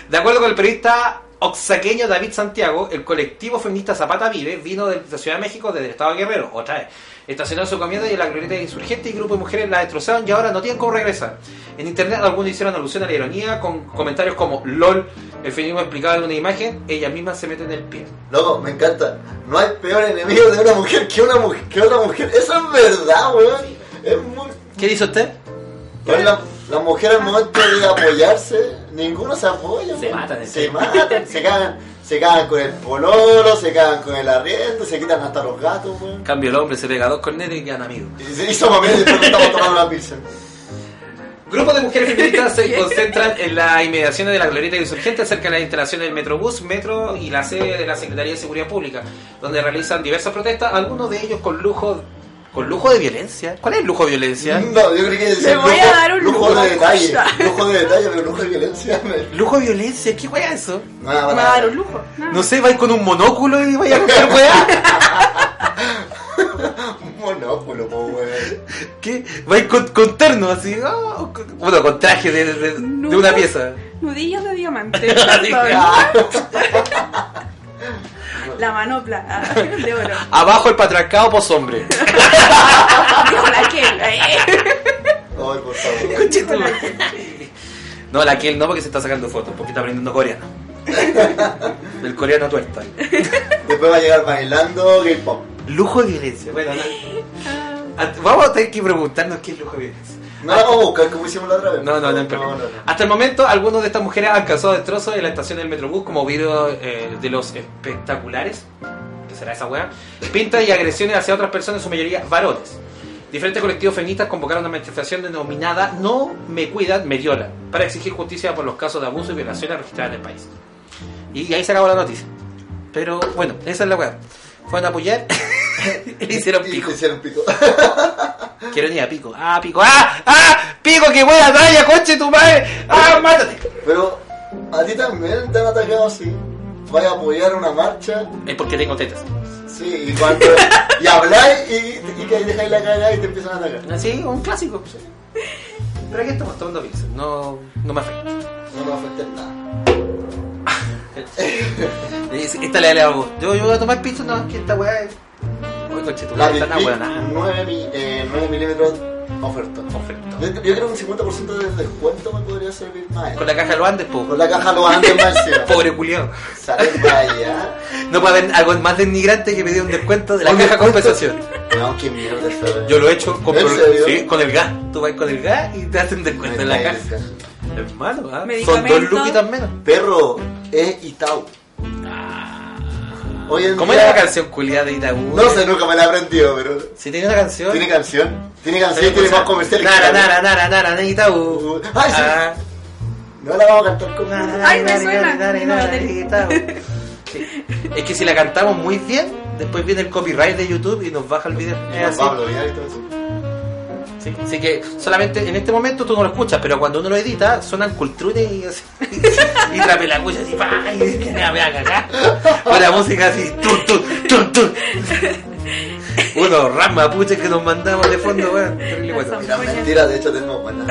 Speaker 2: De acuerdo con el periodista oaxaqueño David Santiago, el colectivo feminista Zapata Vive vino de la Ciudad de México desde el Estado de Guerrero, otra vez. Estacionaron su camioneta y la glorieta de insurgentes y grupo de mujeres la destrozaron y ahora no tienen cómo regresar. En internet algunos hicieron alusión a la ironía con comentarios como LOL, el feminismo explicado en una imagen, ella misma se mete en el pie.
Speaker 1: Loco, me encanta. No hay peor enemigo de una mujer que una mujer que otra mujer. Eso es verdad, weón. Es muy.
Speaker 2: ¿Qué dice usted?
Speaker 1: Weón, la, la mujer al momento de apoyarse, ninguno se apoya.
Speaker 2: Se
Speaker 1: weón.
Speaker 2: matan,
Speaker 1: Se
Speaker 2: sí.
Speaker 1: matan, se cagan, se cagan con el pololo, se cagan con el arriendo, se quitan hasta los gatos,
Speaker 2: En
Speaker 1: weón.
Speaker 2: cambio el hombre se pega dos cornetas y quedan amigos.
Speaker 1: Y se hizo mami después que estamos tomando una pizza.
Speaker 2: Grupos de mujeres feministas se concentran en las inmediaciones de la glorieta insurgente cerca de las instalaciones del Metrobús, Metro y la sede de la Secretaría de Seguridad Pública, donde realizan diversas protestas, algunos de ellos con lujo con lujo de violencia. ¿Cuál es el lujo de violencia?
Speaker 1: No, yo creo que es
Speaker 3: Le voy a dar un
Speaker 1: lujo de
Speaker 3: lujo.
Speaker 1: detalle. Lujo de detalle, pero lujo de violencia. me-
Speaker 2: Lujo de violencia, ¿qué wea eso?
Speaker 1: No, no,
Speaker 3: Me
Speaker 1: no.
Speaker 3: va a dar un lujo. No.
Speaker 2: No sé, vais con un monóculo y vais a comprar wea.
Speaker 1: Un monóculo, po, weón.
Speaker 2: ¿Qué? Vais con, con terno así, ah, o con- bueno, con traje de, de- de
Speaker 3: No.
Speaker 2: una pieza.
Speaker 3: Nudillos de diamante.
Speaker 2: Ah.
Speaker 3: la manopla ah, de oro.
Speaker 2: Abajo el patriarcado pos hombre.
Speaker 3: Dijo la Kel, eh.
Speaker 1: Ay, por favor.
Speaker 2: No, la que él no, porque se está sacando fotos, porque está aprendiendo coreano. Del coreano tuerta.
Speaker 1: Después va a llegar bailando gay pop.
Speaker 2: Lujo de violencia. Bueno, no. At- vamos a tener que preguntarnos qué es lujo de violencia.
Speaker 1: No la vamos a buscar como hicimos la otra vez.
Speaker 2: No, no, no, hay problema. Hasta el momento, algunas de estas mujeres han causado destrozos en la estación del Metrobús, como video eh, de los espectaculares, que será esa weá, pintas y agresiones hacia otras personas, en su mayoría varones. Diferentes colectivos feministas convocaron una manifestación denominada No me cuidan, me violan, para exigir justicia por los casos de abuso y violaciones registradas en el país. Y, y ahí se acabó la noticia. Pero bueno, esa es la weá. Fueron a apoyar y le hicieron
Speaker 1: Y
Speaker 2: pico.
Speaker 1: te hicieron pico.
Speaker 2: Quiero ni a pico. Ah, pico. Ah, ah, pico, que buena talla, coche tu madre. Ah, mátate.
Speaker 1: Pero a ti también te han atacado así. Vaya a apoyar una marcha.
Speaker 2: Es porque tengo tetas.
Speaker 1: Sí, y cuando. y habláis y, y que ahí dejáis la cagada y te empiezan a atacar.
Speaker 2: Así, un clásico. pues. Pero aquí estamos tomando pizza. No, no me afecta.
Speaker 1: No me afecta en nada.
Speaker 2: Es- Esta le da a vos. Yo, yo voy a tomar pizza, no, que esta weá es. Oye, coche, tu
Speaker 1: La
Speaker 2: madre
Speaker 1: Big
Speaker 2: está tan
Speaker 1: Big,
Speaker 2: buena.
Speaker 1: 9, mi- eh, 9 milímetros oferta. Yo, yo creo que un 50% de descuento me podría servir más. eh.
Speaker 2: Con la caja de los Andes, po.
Speaker 1: Con la caja lo antes más encima.
Speaker 2: Pobre culiao.
Speaker 1: Salen para allá.
Speaker 2: No puede haber algo más denigrante que pedir un descuento de la
Speaker 1: Un
Speaker 2: caja
Speaker 1: descuento.
Speaker 2: compensación.
Speaker 1: No, qué mierda esta vez.
Speaker 2: Yo lo he hecho con,
Speaker 1: ¿En serio?
Speaker 2: sí, con el gas. Tú vas con el gas y te hacen
Speaker 1: Me
Speaker 2: descuento en la
Speaker 1: está
Speaker 2: caja.
Speaker 1: diciendo.
Speaker 2: Es malo, ¿ah? Son
Speaker 3: Medicamento.
Speaker 2: dos luquitas menos.
Speaker 1: Perro, es Itau. Hoy en
Speaker 2: Ah. ¿Cómo
Speaker 1: día-
Speaker 2: era la canción culiada de Itaú?
Speaker 1: No sé, nunca me la he aprendido, pero.
Speaker 2: Si tiene una canción.
Speaker 1: Tiene canción. Tiene canción y tiene más comerciales.
Speaker 2: Nara,
Speaker 1: que la-
Speaker 2: nara, nara, nara, de Itaú.
Speaker 1: Ay, sí.
Speaker 2: Ah.
Speaker 1: No la vamos a cantar con nada.
Speaker 3: Ay, me suena. No, del-
Speaker 2: Sí. Es que si la cantamos muy bien, después viene el copyright de YouTube y nos baja el video. Es así.
Speaker 1: Pablo Vidal y todo eso.
Speaker 2: Sí. Así que solamente en este momento tú no lo escuchas, pero cuando uno lo edita, suenan cultrunes y así. y trapelacuchas así, pa, y que me voy a cagar. Con la música así, tun, tun, tun, tun. Unos ram mapuches que nos mandamos de fondo, weón. Terrible,
Speaker 3: La
Speaker 2: bueno.
Speaker 3: zona.
Speaker 1: Mira, mentira, de hecho tenemos buena.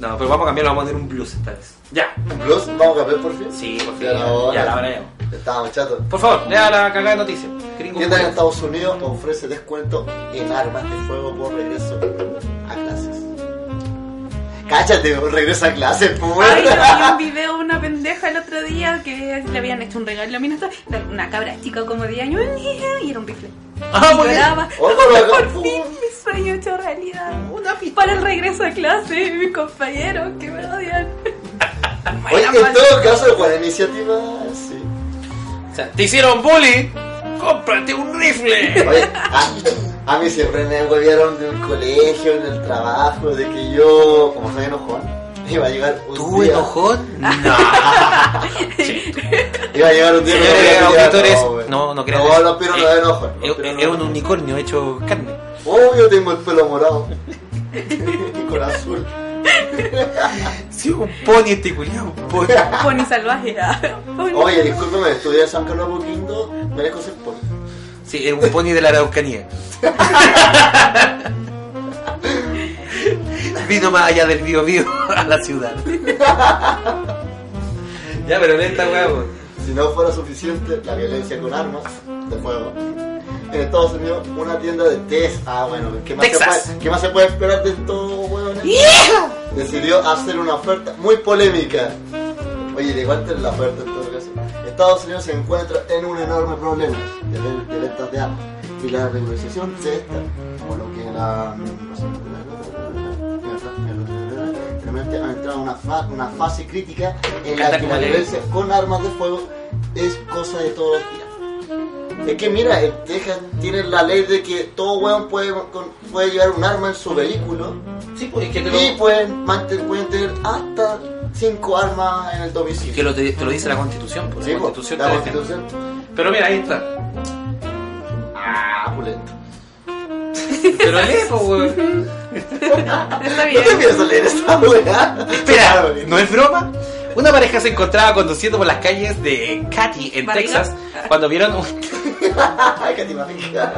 Speaker 2: No, pero vamos a cambiarlo, vamos a hacer un blues esta vez. Ya.
Speaker 1: Blues, vamos a cambiar por fin.
Speaker 2: Sí, por fin.
Speaker 1: Ya la hora.
Speaker 2: Ya la veremos.
Speaker 1: Estábamos chatos.
Speaker 2: Por favor, lea la cagada de noticias. Gringo
Speaker 1: Tienda en
Speaker 2: culiao.
Speaker 1: Estados Unidos ofrece descuento en armas de fuego por regreso a clases. Cállate, por regreso a clases, pues.
Speaker 3: Ay, yo
Speaker 1: puta.
Speaker 3: vi un video de una pendeja el otro día que le habían hecho un regalo a mi nata, la- una cabra chica como de años y era un rifle.
Speaker 2: Ah,
Speaker 3: Y
Speaker 2: muy bien.
Speaker 3: lloraba.
Speaker 1: Ojo, lo-
Speaker 3: Por fin mi sueño hecho realidad.
Speaker 2: Una pista.
Speaker 3: Para el regreso a clase, mis compañeros que me odian.
Speaker 1: Oye,
Speaker 3: Buena
Speaker 1: en
Speaker 3: mano.
Speaker 1: todo caso, buena iniciativa, sí.
Speaker 2: O sea, te hicieron bullying. Cómprate un rifle.
Speaker 1: Oye, a, a mí siempre me huevearon del colegio, en el trabajo, de que yo, como soy enojón, iba a llegar un
Speaker 2: ¿Tú
Speaker 1: día.
Speaker 2: enojón? No.
Speaker 1: Iba a llegar un día.
Speaker 2: Señores
Speaker 1: me iba a pillar,
Speaker 2: auditores,
Speaker 1: güey.
Speaker 2: no, no crean
Speaker 1: No,
Speaker 2: eso.
Speaker 1: los piros no
Speaker 2: Eh,
Speaker 1: enojan. los
Speaker 2: Es
Speaker 1: piros no
Speaker 2: es un
Speaker 1: enojan.
Speaker 2: unicornio hecho carne.
Speaker 1: Obvio tengo el pelo morado. Y con azul.
Speaker 2: Sí, un pony este culiao, un pony.
Speaker 3: Pony salvaje. ah. Pony
Speaker 1: Oye,
Speaker 3: salvaje.
Speaker 1: discúlpame, estudié en San Carlos Apoquindo, merezco ser poli.
Speaker 2: Sí, es un pony de la Araucanía. Vino más allá del río vivo a la ciudad. Ya, pero en esta weá, pues.
Speaker 1: Si no fuera suficiente la violencia con armas de fuego. En Estados Unidos, una tienda de Texas. Ah, bueno, ¿qué más, se
Speaker 2: Texas.
Speaker 1: puede, qué más se puede esperar de estos huevones? Decidió hacer una oferta muy polémica. Oye, de cuánto es la oferta en todo caso. Estados Unidos se encuentra en un enorme problema de, ve- de ventas de armas. Y la regularización de esta, por lo que la. Realmente ha entrado una, fa- una fase crítica en la
Speaker 2: Anda
Speaker 1: que
Speaker 2: como
Speaker 1: la
Speaker 2: ley.
Speaker 1: violencia con armas de fuego es cosa de todos los días. Es que mira, en Texas tienen la ley de que todo weón puede, con- puede llevar un arma en su vehículo
Speaker 2: Sí, pues es que te
Speaker 1: y
Speaker 2: lo,
Speaker 1: pueden, manten- pueden tener hasta cinco armas en el domicilio.
Speaker 2: que lo- te, te lo dice la constitución, pues,
Speaker 1: Sí,
Speaker 2: la
Speaker 1: po,
Speaker 2: constitución
Speaker 1: la
Speaker 2: te defiende.
Speaker 1: constitución.
Speaker 2: Pero mira, ahí está.
Speaker 1: Ah, pulento.
Speaker 2: Pero lee, pues, weón.
Speaker 3: Está
Speaker 1: No te
Speaker 3: bien.
Speaker 1: pienso leer esta weá.
Speaker 2: Espera, ¿no es broma? Una pareja se encontraba conduciendo por las calles de Katy en
Speaker 3: ¿Barriga?
Speaker 2: Texas cuando vieron un
Speaker 1: Ay, que te imaginas.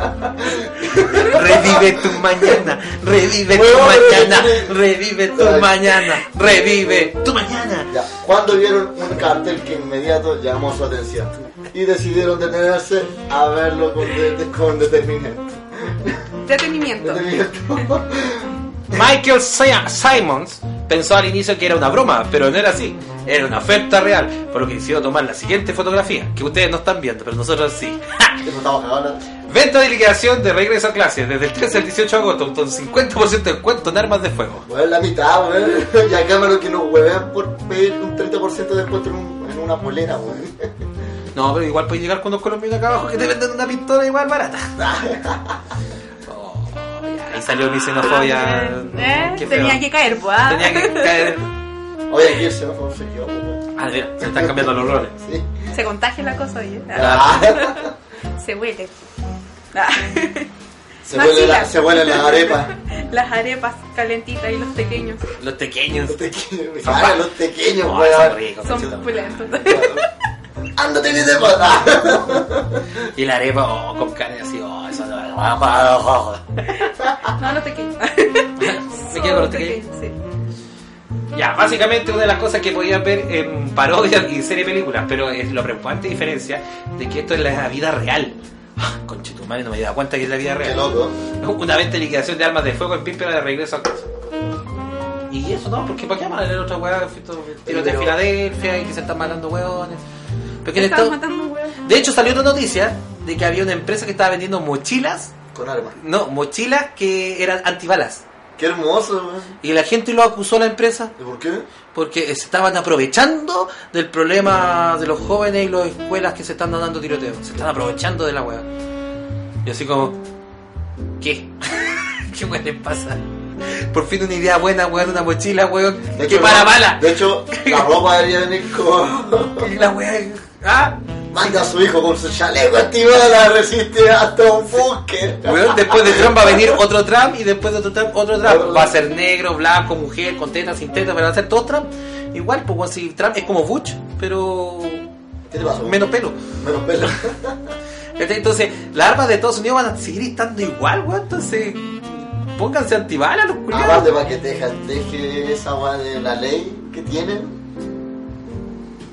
Speaker 2: Revive tu mañana, revive tu
Speaker 1: Huevón,
Speaker 2: mañana,
Speaker 1: revive tu-
Speaker 2: revive tu
Speaker 1: Ay.
Speaker 2: mañana, revive tu mañana.
Speaker 1: Ya, cuando vieron un cartel que inmediato llamó su atención y decidieron detenerse a verlo con, de- con determinante.
Speaker 3: Detenimiento.
Speaker 1: Detenimiento.
Speaker 2: Michael Sia- Simons pensó al inicio que era una broma, pero no era así. Era una oferta real, por lo que decidió tomar la siguiente fotografía, que ustedes no están viendo, pero nosotros sí.
Speaker 1: Eso estamos cagados.
Speaker 2: Venta de liquidación de regreso a clases desde el 13 al 18 de agosto, con 50% de descuento en armas de fuego.
Speaker 1: Bueno, la mitad, weón. Y acá cámara que nos huevean por pedir un 30% de descuento en, un- en una polera, weón.
Speaker 2: No, pero igual puedes llegar con unos colombianos acá abajo que te venden una pistola igual barata. Oh, ya, ahí salió mi xenofobia.
Speaker 3: Eh,
Speaker 2: Qué feo.
Speaker 3: Tenía que caer, pues. ah.
Speaker 2: Tenía que caer.
Speaker 1: Oye, aquí el xenófobo soy yo, weón.
Speaker 2: Ah, mira, se están cambiando los roles.
Speaker 1: Sí.
Speaker 3: Se contagia la cosa, oye. Ah,
Speaker 1: Ah,
Speaker 3: Se huele. Ah.
Speaker 1: se, huele la,
Speaker 3: Macilas.
Speaker 1: se huele la arepa.
Speaker 3: Las arepas calentitas y los pequeños
Speaker 2: Los pequeños.
Speaker 1: Los tequeños,
Speaker 2: Son
Speaker 1: ah,
Speaker 2: pa-
Speaker 1: los tequeños,
Speaker 2: Oh, son
Speaker 1: weón.
Speaker 2: ricos,
Speaker 3: son
Speaker 2: conchetumare.
Speaker 3: pulentos.
Speaker 1: Ándate, mi
Speaker 2: Ah,
Speaker 1: depa.
Speaker 2: Y la arepa oh, con carne así, oh, eso no oh, oh,
Speaker 3: No, los pequeños.
Speaker 2: oh. Me quedo con los pequeños.
Speaker 3: Sí.
Speaker 2: Ya, básicamente una de las cosas que podías ver en parodias y serie de películas, pero es lo preocupante diferencia de que esto es la vida real. Ah, Conchetumare, no me he dado cuenta que es la vida
Speaker 1: Qué
Speaker 2: real.
Speaker 1: loco.
Speaker 2: Una venta de liquidación de armas de fuego en Pímpera de regreso a casa. Y eso no, porque ¿para qué aman el otro weá? Tiros de
Speaker 1: Pero-
Speaker 2: Filadelfia y que se están matando hueones. Pero que en
Speaker 3: Estamos
Speaker 2: Estados-
Speaker 3: matando huevos.
Speaker 2: De hecho, salió una noticia de que había una empresa que estaba vendiendo mochilas,
Speaker 1: Con armas.
Speaker 2: no, mochilas que eran antibalas.
Speaker 1: Qué hermoso, weón.
Speaker 2: Y la gente lo acusó a la empresa
Speaker 1: ¿Y por qué?
Speaker 2: porque se estaban aprovechando del problema de los jóvenes y las escuelas que se están dando tiroteos. Se están aprovechando de la weá. Y así como, ¿qué? ¿Qué weá les pasa? Por fin una idea buena, weón, una mochila, weón.
Speaker 1: De
Speaker 2: que
Speaker 1: hecho,
Speaker 2: para
Speaker 1: no,
Speaker 2: bala.
Speaker 1: De hecho, la ropa debería venir con.
Speaker 2: Y la weá. Ah,
Speaker 1: Manda a su hijo con su chaleco activada, resiste hasta un búnker.
Speaker 2: Weón, después de Trump va a venir otro Trump y después de otro Trump otro Trump.
Speaker 1: Otro
Speaker 2: Va a
Speaker 1: Trump.
Speaker 2: ser negro, blanco, mujer, con teta, sin teta, pero va a ser todo Trump. Igual, pues weón, si Trump es como Bush, pero
Speaker 1: ¿Qué te pasó?
Speaker 2: menos pelo.
Speaker 1: Menos pelo.
Speaker 2: ¿Cachai? Entonces, las armas de Estados Unidos van a seguir estando igual, weón. Entonces, pónganse antibalas los
Speaker 1: Aparte,
Speaker 2: culiados.
Speaker 1: para que te dejan, deje esa weá de la ley que tienen.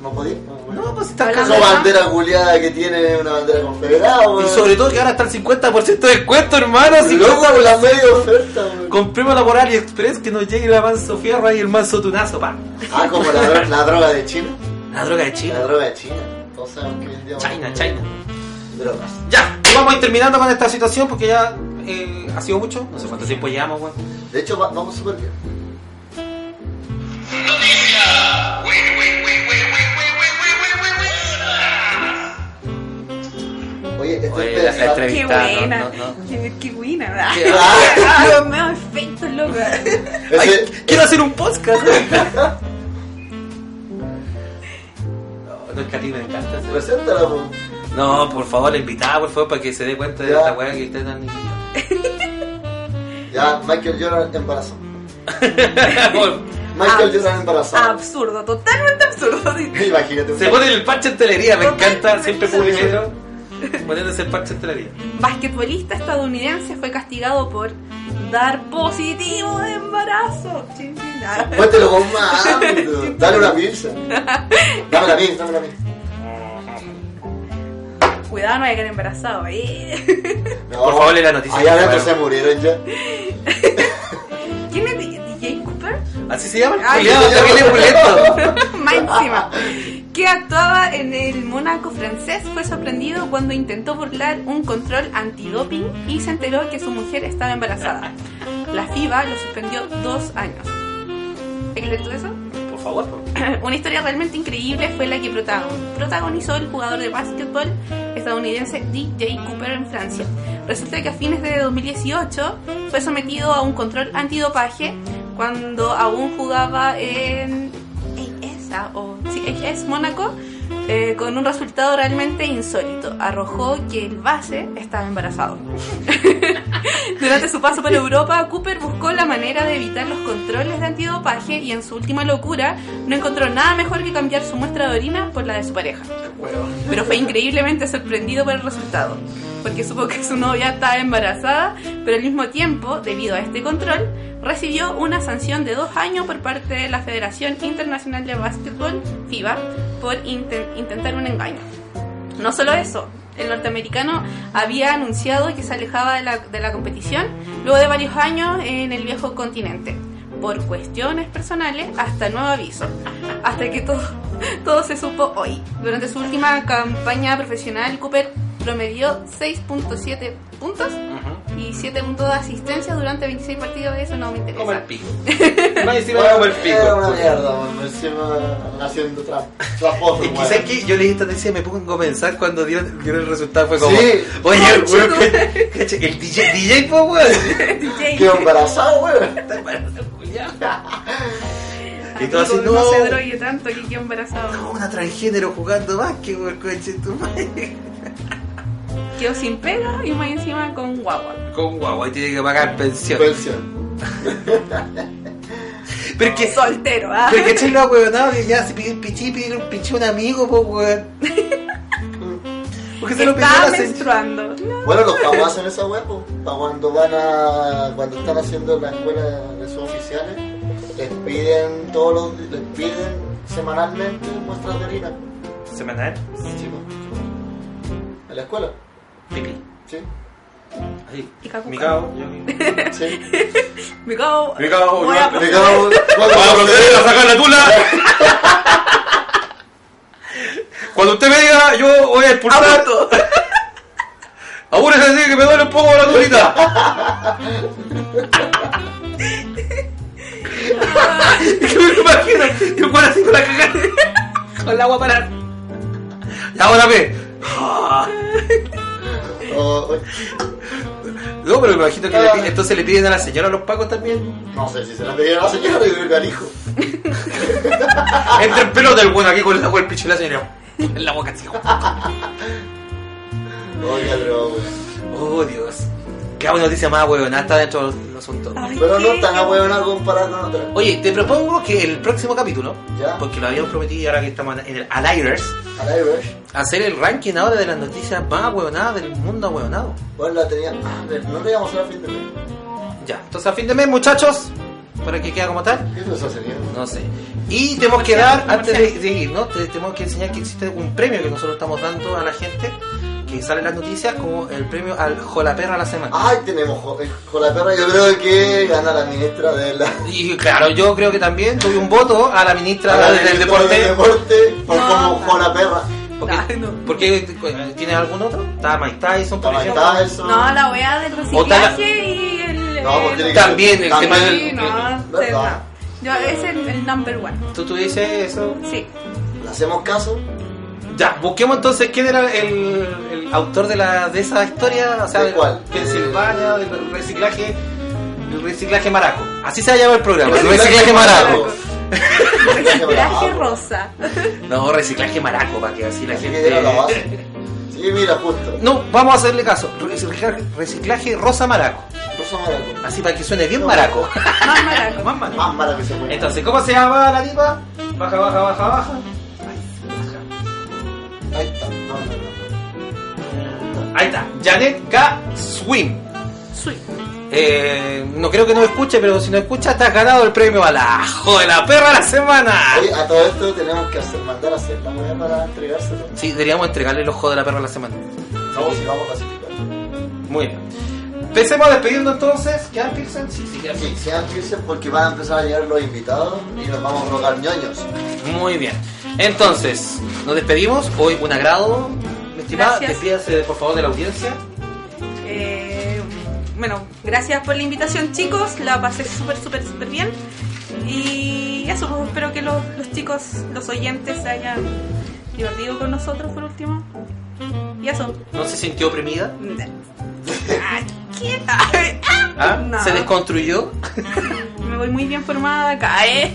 Speaker 1: No podía. No, weón.
Speaker 2: No, pues están
Speaker 3: Hablando
Speaker 1: Esa
Speaker 2: cagados.
Speaker 1: bandera culiada que tiene es una bandera confederada, weón.
Speaker 2: Y sobre todo que ahora está el 50% de descuento, hermano. Si
Speaker 1: Loco,
Speaker 2: compramos
Speaker 1: la media oferta, weón.
Speaker 2: Comprémosla por AliExpress, que nos llegue la manso fierra y el manso tunazo, pa.
Speaker 1: Ah, como la, dro- la droga de China.
Speaker 2: La droga de
Speaker 1: La
Speaker 2: China.
Speaker 1: droga de China. Entonces, aunque el día-
Speaker 2: China, China.
Speaker 1: Drogas.
Speaker 2: Ya, y vamos a ir terminando con esta situación porque ya eh, ha sido mucho. No sé cuánto tiempo llevamos, weón.
Speaker 1: De hecho, va- vamos súper bien. Oye, este
Speaker 2: Oye,
Speaker 1: es
Speaker 2: la- la
Speaker 1: pesado.
Speaker 2: entrevista.
Speaker 3: Qué
Speaker 2: Evitar,
Speaker 3: buena,
Speaker 2: no, no, no.
Speaker 3: Qué, qué buena.
Speaker 2: Qué-
Speaker 3: Ah, Los meos efectos, loco.
Speaker 2: Ay,
Speaker 1: Ese-
Speaker 2: quiero hacer un podcast. no, no es que a ti me encanta. hacer-
Speaker 1: Preséntala, po.
Speaker 2: No, por favor, la invitada, por favor, para que se dé cuenta de
Speaker 1: Ya.
Speaker 2: la weá que ustedes dan.
Speaker 1: Ya, Michael Jordan embarazó.
Speaker 3: Ah,
Speaker 2: Ah,
Speaker 1: Michael Jordan embarazado.
Speaker 3: Absurdo, totalmente absurdo.
Speaker 1: Imagínate. un-
Speaker 2: pues. Se pone el parche en telería, me encanta, siempre publicero.
Speaker 3: Totalmente.
Speaker 2: Poniéndose el parche en telería.
Speaker 3: Basquetbolista estadounidense fue castigado por dar positivo de embarazo. Chingada.
Speaker 1: Cuéntelo con más ámbito. Dale una pizza. Dame la pizza, dame la pizza.
Speaker 3: Cuidado, no hay que quedar embarazado. eh.
Speaker 1: No,
Speaker 2: Por favor, lee la noticia.
Speaker 1: Allá adentro
Speaker 2: Bueno.
Speaker 1: se murieron ya.
Speaker 3: ¿Quién es DJ Cooper?
Speaker 2: Así se llama el
Speaker 3: Ay,
Speaker 2: culiao,
Speaker 1: ya.
Speaker 2: también es boleto.
Speaker 3: Más encima. Que actuaba en el Mónaco francés fue sorprendido cuando intentó burlar un control antidoping y se enteró que su mujer estaba embarazada. La FIBA lo suspendió dos años. ¿Hay que leer todo eso?
Speaker 2: Por favor, por favor.
Speaker 3: Una historia realmente increíble fue la que protagon- protagonizó el jugador de básquetbol estadounidense DJ Cooper en Francia. Resulta que a fines de 2018 fue sometido a un control antidopaje cuando aún jugaba en esa o sí, AS Mónaco eh, con un resultado realmente insólito. Arrojó que el base estaba embarazado. Durante su paso por Europa, Cooper buscó la manera de evitar los controles de antidopaje y en su última locura no encontró nada mejor que cambiar su muestra de orina por la de su pareja. Pero fue increíblemente sorprendido por el resultado, porque supo que su novia estaba embarazada, pero al mismo tiempo, debido a este control, recibió una sanción de dos años por parte de la Federación Internacional de Básquetbol, FIBA, por inten- intentar un engaño. No solo eso, el norteamericano había anunciado que se alejaba de la, de la competición luego de varios años en el viejo continente, por cuestiones personales hasta nuevo aviso, hasta que todo, todo se supo hoy. Durante su última campaña profesional, Cooper promedió 6.7 puntos y 7 puntos de asistencia durante 26 partidos, eso no me
Speaker 2: Como el
Speaker 3: interesa.
Speaker 2: pico. Más encima de como el
Speaker 1: Era una
Speaker 2: pico. pues.
Speaker 1: mierda, weón. Encima haciendo tra- traposo,
Speaker 2: Y
Speaker 1: weón.
Speaker 2: quizás que yo leí esta noticia y me pongo a pensar cuando dieron, dieron el resultado. Fue como,
Speaker 1: Sí.
Speaker 2: oye, el
Speaker 3: Conche
Speaker 2: weón,
Speaker 3: tu
Speaker 2: que- cacha, el DJ, DJ, po, weón.
Speaker 3: DJ,
Speaker 1: Quedó embarazado, weón.
Speaker 2: Está embarazado, culiao. Y todo
Speaker 3: amigo,
Speaker 2: así,
Speaker 3: no
Speaker 2: no.
Speaker 3: se drogue tanto que quedó embarazado.
Speaker 2: Como una transgénero jugando básquet, weón, coche, tu madre.
Speaker 3: Quedó sin pelo y más encima con guagua.
Speaker 2: Con guagua, y tiene que pagar pensión.
Speaker 5: Pues,
Speaker 1: Pensión.
Speaker 2: Pero es que,
Speaker 3: Soltero, ¿ah?
Speaker 2: pero que chelo, weón, no, que ya se pide un pichí, pide un pichí a un amigo, po, weón. Porque se lo pidió
Speaker 3: Estaba
Speaker 2: la señora.
Speaker 3: menstruando. No.
Speaker 1: Bueno, los pagos hacen esa weá, po. Pa' cuando van a. cuando están haciendo la escuela de sus oficiales, les piden todos los. les piden semanalmente muestras de orina.
Speaker 2: Semanal,
Speaker 5: ¿eh?
Speaker 1: Sí, po. En la escuela,
Speaker 2: pipí.
Speaker 1: sí.
Speaker 2: Ahí,
Speaker 3: Y cago.
Speaker 2: mi cago, yo mi-
Speaker 1: Sí.
Speaker 3: Me cago.
Speaker 2: Me cago,
Speaker 3: Voy a-
Speaker 1: Me cago-
Speaker 5: Cuando usted a sacar la tula. Cuando usted me diga, yo voy a expulsar.
Speaker 3: Aborto.
Speaker 5: Aún es decir que me duele un poco la tulita.
Speaker 2: Y un guarda así con la cagada. Con el agua para. La bola P. Ah.
Speaker 1: O- o-
Speaker 2: No, pero me imagino que le pi- entonces le piden a la señora a los pacos también.
Speaker 1: no sé si se la pedían a la señora y yo al hijo.
Speaker 2: Entre el pelota el bueno aquí con el agua el picho y la señora. En la boca así.
Speaker 1: Oiga, pero, güey.
Speaker 2: Oh, Dios. Qué buena noticia más, weón. Está dentro del asunto.
Speaker 3: Ay,
Speaker 1: Pero no
Speaker 3: qué-
Speaker 1: tan ahueonada comparada con otra.
Speaker 2: Oye, te propongo que el próximo capítulo,
Speaker 1: Ya.
Speaker 2: porque lo habíamos prometido y ahora que estamos en el al aires,
Speaker 1: A la Irish.
Speaker 2: hacer el ranking ahora de las noticias más hueonadas del mundo hueonado.
Speaker 1: Bueno, la tenía. Ah, pero no le íbamos a la fin de mes.
Speaker 2: Ya, entonces a fin de mes, muchachos, para que quede como tal,
Speaker 1: ¿Qué nos sería?
Speaker 2: no sé. Y tenemos que dar, antes de, de ir, ¿no? Te- tenemos que enseñar que existe un premio que nosotros estamos dando a la gente que sale en las noticias como el premio al Jolaperra a la semana.
Speaker 1: Ay, tenemos jo- eh, con la perra. Yo creo que gana la ministra de la.
Speaker 2: Y claro, yo creo que también tuve un voto a la ministra
Speaker 1: la
Speaker 2: del, del
Speaker 1: ministra
Speaker 2: deporte.
Speaker 1: del deporte por
Speaker 3: No,
Speaker 1: como
Speaker 3: no.
Speaker 1: con la perra.
Speaker 2: Porque,
Speaker 3: Ay, no.
Speaker 2: porque, eh, tiene algún otro? Está Mike Tyson, por
Speaker 1: Está Mike
Speaker 2: ejemplo.
Speaker 1: Tyson.
Speaker 3: No, la wea del
Speaker 2: Otra-
Speaker 3: reciclaje y el.
Speaker 1: No, pues tiene que-
Speaker 2: También el tema del-
Speaker 3: Sí, no,
Speaker 1: ¿Verdad?
Speaker 3: de verdad. Yo, es el, el number one.
Speaker 2: ¿Tú, tú dices eso?
Speaker 3: Sí.
Speaker 1: ¿Le hacemos caso?
Speaker 2: Ya, busquemos entonces quién era el, el autor de, la, de esa historia. O sea,
Speaker 1: ¿De cuál?
Speaker 2: Pensilvania, del reciclaje. El reciclaje maraco. Así se llama el programa.
Speaker 1: El
Speaker 2: El reciclaje
Speaker 1: reciclaje
Speaker 2: maraco.
Speaker 1: maraco.
Speaker 3: Reciclaje rosa.
Speaker 2: No, reciclaje maraco, para que así la
Speaker 1: Así que
Speaker 2: gente.
Speaker 1: era la
Speaker 2: eh.
Speaker 1: base. Sí, mira, justo.
Speaker 2: No, vamos a hacerle caso. Reciclaje, reciclaje rosa maraco.
Speaker 1: Rosa Maraco.
Speaker 2: Así para que suene bien maraco.
Speaker 3: Más maraco.
Speaker 2: Más maraco.
Speaker 1: Más mala que se puede.
Speaker 2: Entonces, ¿cómo se llama la tipa? Baja, baja, baja, baja. Ay,
Speaker 1: Ahí está. No, no, no.
Speaker 2: baja. Ahí está. Janet K. Swim.
Speaker 3: Sweet.
Speaker 2: Eh, no creo que no escuche, pero si no escucha, te has ganado el premio a la jo de la perra de la semana.
Speaker 1: Oye, a todo esto tenemos que hacer, mandar a hacer la weá para entregárselo.
Speaker 2: Sí, deberíamos entregarle el ojo de la perra de la semana.
Speaker 1: Vamos y vamos a clasificar.
Speaker 2: Muy bien. Empecemos despidiendo entonces. ¿Qué Pearson? Sí, sí, quedan
Speaker 1: Sí, sean felices porque van a empezar a llegar los invitados y nos vamos a rogar ñoños.
Speaker 2: Pearson. Muy bien. Entonces, nos despedimos. Hoy un agrado. Mi estimada,
Speaker 3: Gracias.
Speaker 2: despídase por favor de la audiencia.
Speaker 3: Eh, bueno, gracias por la invitación, chicos. La pasé súper, súper, súper bien. Y eso, pues, espero que los, los chicos, los oyentes, se hayan divertido con nosotros por último. Y eso.
Speaker 2: ¿No se sintió oprimida?
Speaker 3: Ah, ¿qué? Ah,
Speaker 2: ¿Ah?
Speaker 3: No.
Speaker 2: ¿Se desconstruyó?
Speaker 3: Me voy muy bien formada acá, ¿eh?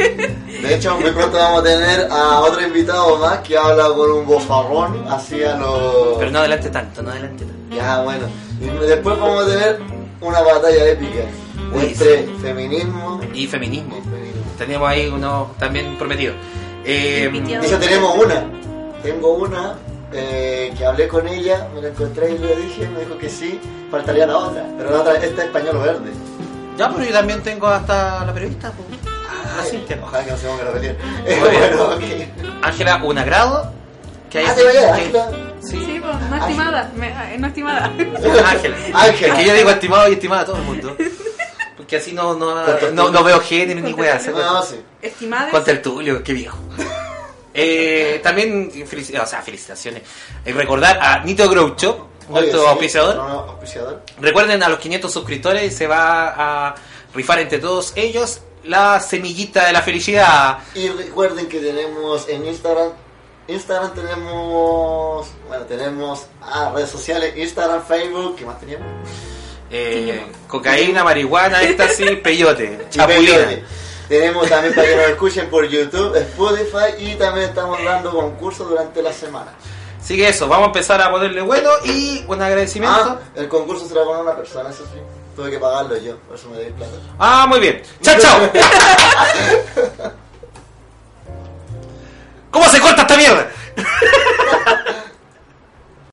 Speaker 1: De hecho, muy pronto vamos a tener a otro invitado más que habla con un bofarrón hacia los...
Speaker 2: Pero no adelante tanto, no adelante tanto.
Speaker 1: Ya, bueno. Y después vamos a tener una batalla épica entre feminismo
Speaker 2: Y feminismo.
Speaker 1: y feminismo.
Speaker 2: Tenemos ahí uno también prometido. Eh,
Speaker 3: Repitió.
Speaker 1: Y ya tenemos una. Tengo una eh, que hablé con ella, me la encontré y le dije, me dijo que sí, faltaría la otra. Pero la otra, esta es español verde.
Speaker 2: Ya, pero yo también tengo hasta la periodista. pues. La
Speaker 1: Ay,
Speaker 2: Cintia.
Speaker 1: Ojalá que no se pongan a pelear.
Speaker 2: Oye.
Speaker 1: bueno, ok.
Speaker 2: Ángela, un agrado. Que
Speaker 1: Ah, te vaya,
Speaker 2: que-
Speaker 1: Ángela.
Speaker 2: Sí,
Speaker 3: Sí, pues, no estimada. Me- ah, no estimada.
Speaker 2: Ángela.
Speaker 1: Ángela.
Speaker 2: Es que yo digo estimado y estimada a todo el mundo. Porque así no, no, no, no veo género ni weas. ¿sí? Ah,
Speaker 1: No, sí.
Speaker 3: Estimada.
Speaker 2: Con tertulio, qué viejo. Eh, también, felici- o sea, felicitaciones. Eh, recordar a Nito Groucho,
Speaker 1: Oye,
Speaker 2: nuestro
Speaker 1: sí, Ah.
Speaker 2: auspiciador.
Speaker 1: No, no, auspiciador.
Speaker 2: Recuerden a los 500 suscriptores, se va a rifar entre todos ellos la semillita de la felicidad.
Speaker 1: Y recuerden que tenemos en Instagram. Instagram tenemos. Bueno, tenemos ah, redes sociales: Instagram, Facebook. ¿Qué más teníamos?
Speaker 2: Eh, cocaína, marihuana, éxtasis, peyote,
Speaker 1: Y
Speaker 2: chapulina.
Speaker 1: Facebook. Tenemos también para que nos escuchen por YouTube, Spotify y también estamos dando concursos durante la semana.
Speaker 2: Así que eso, vamos a empezar a ponerle bueno y un agradecimiento.
Speaker 1: Ah, el concurso será con una persona, eso sí. Tuve que pagarlo yo, por eso me doy plata.
Speaker 2: Ah, muy bien. Chao, chao. ¿Cómo se corta esta mierda?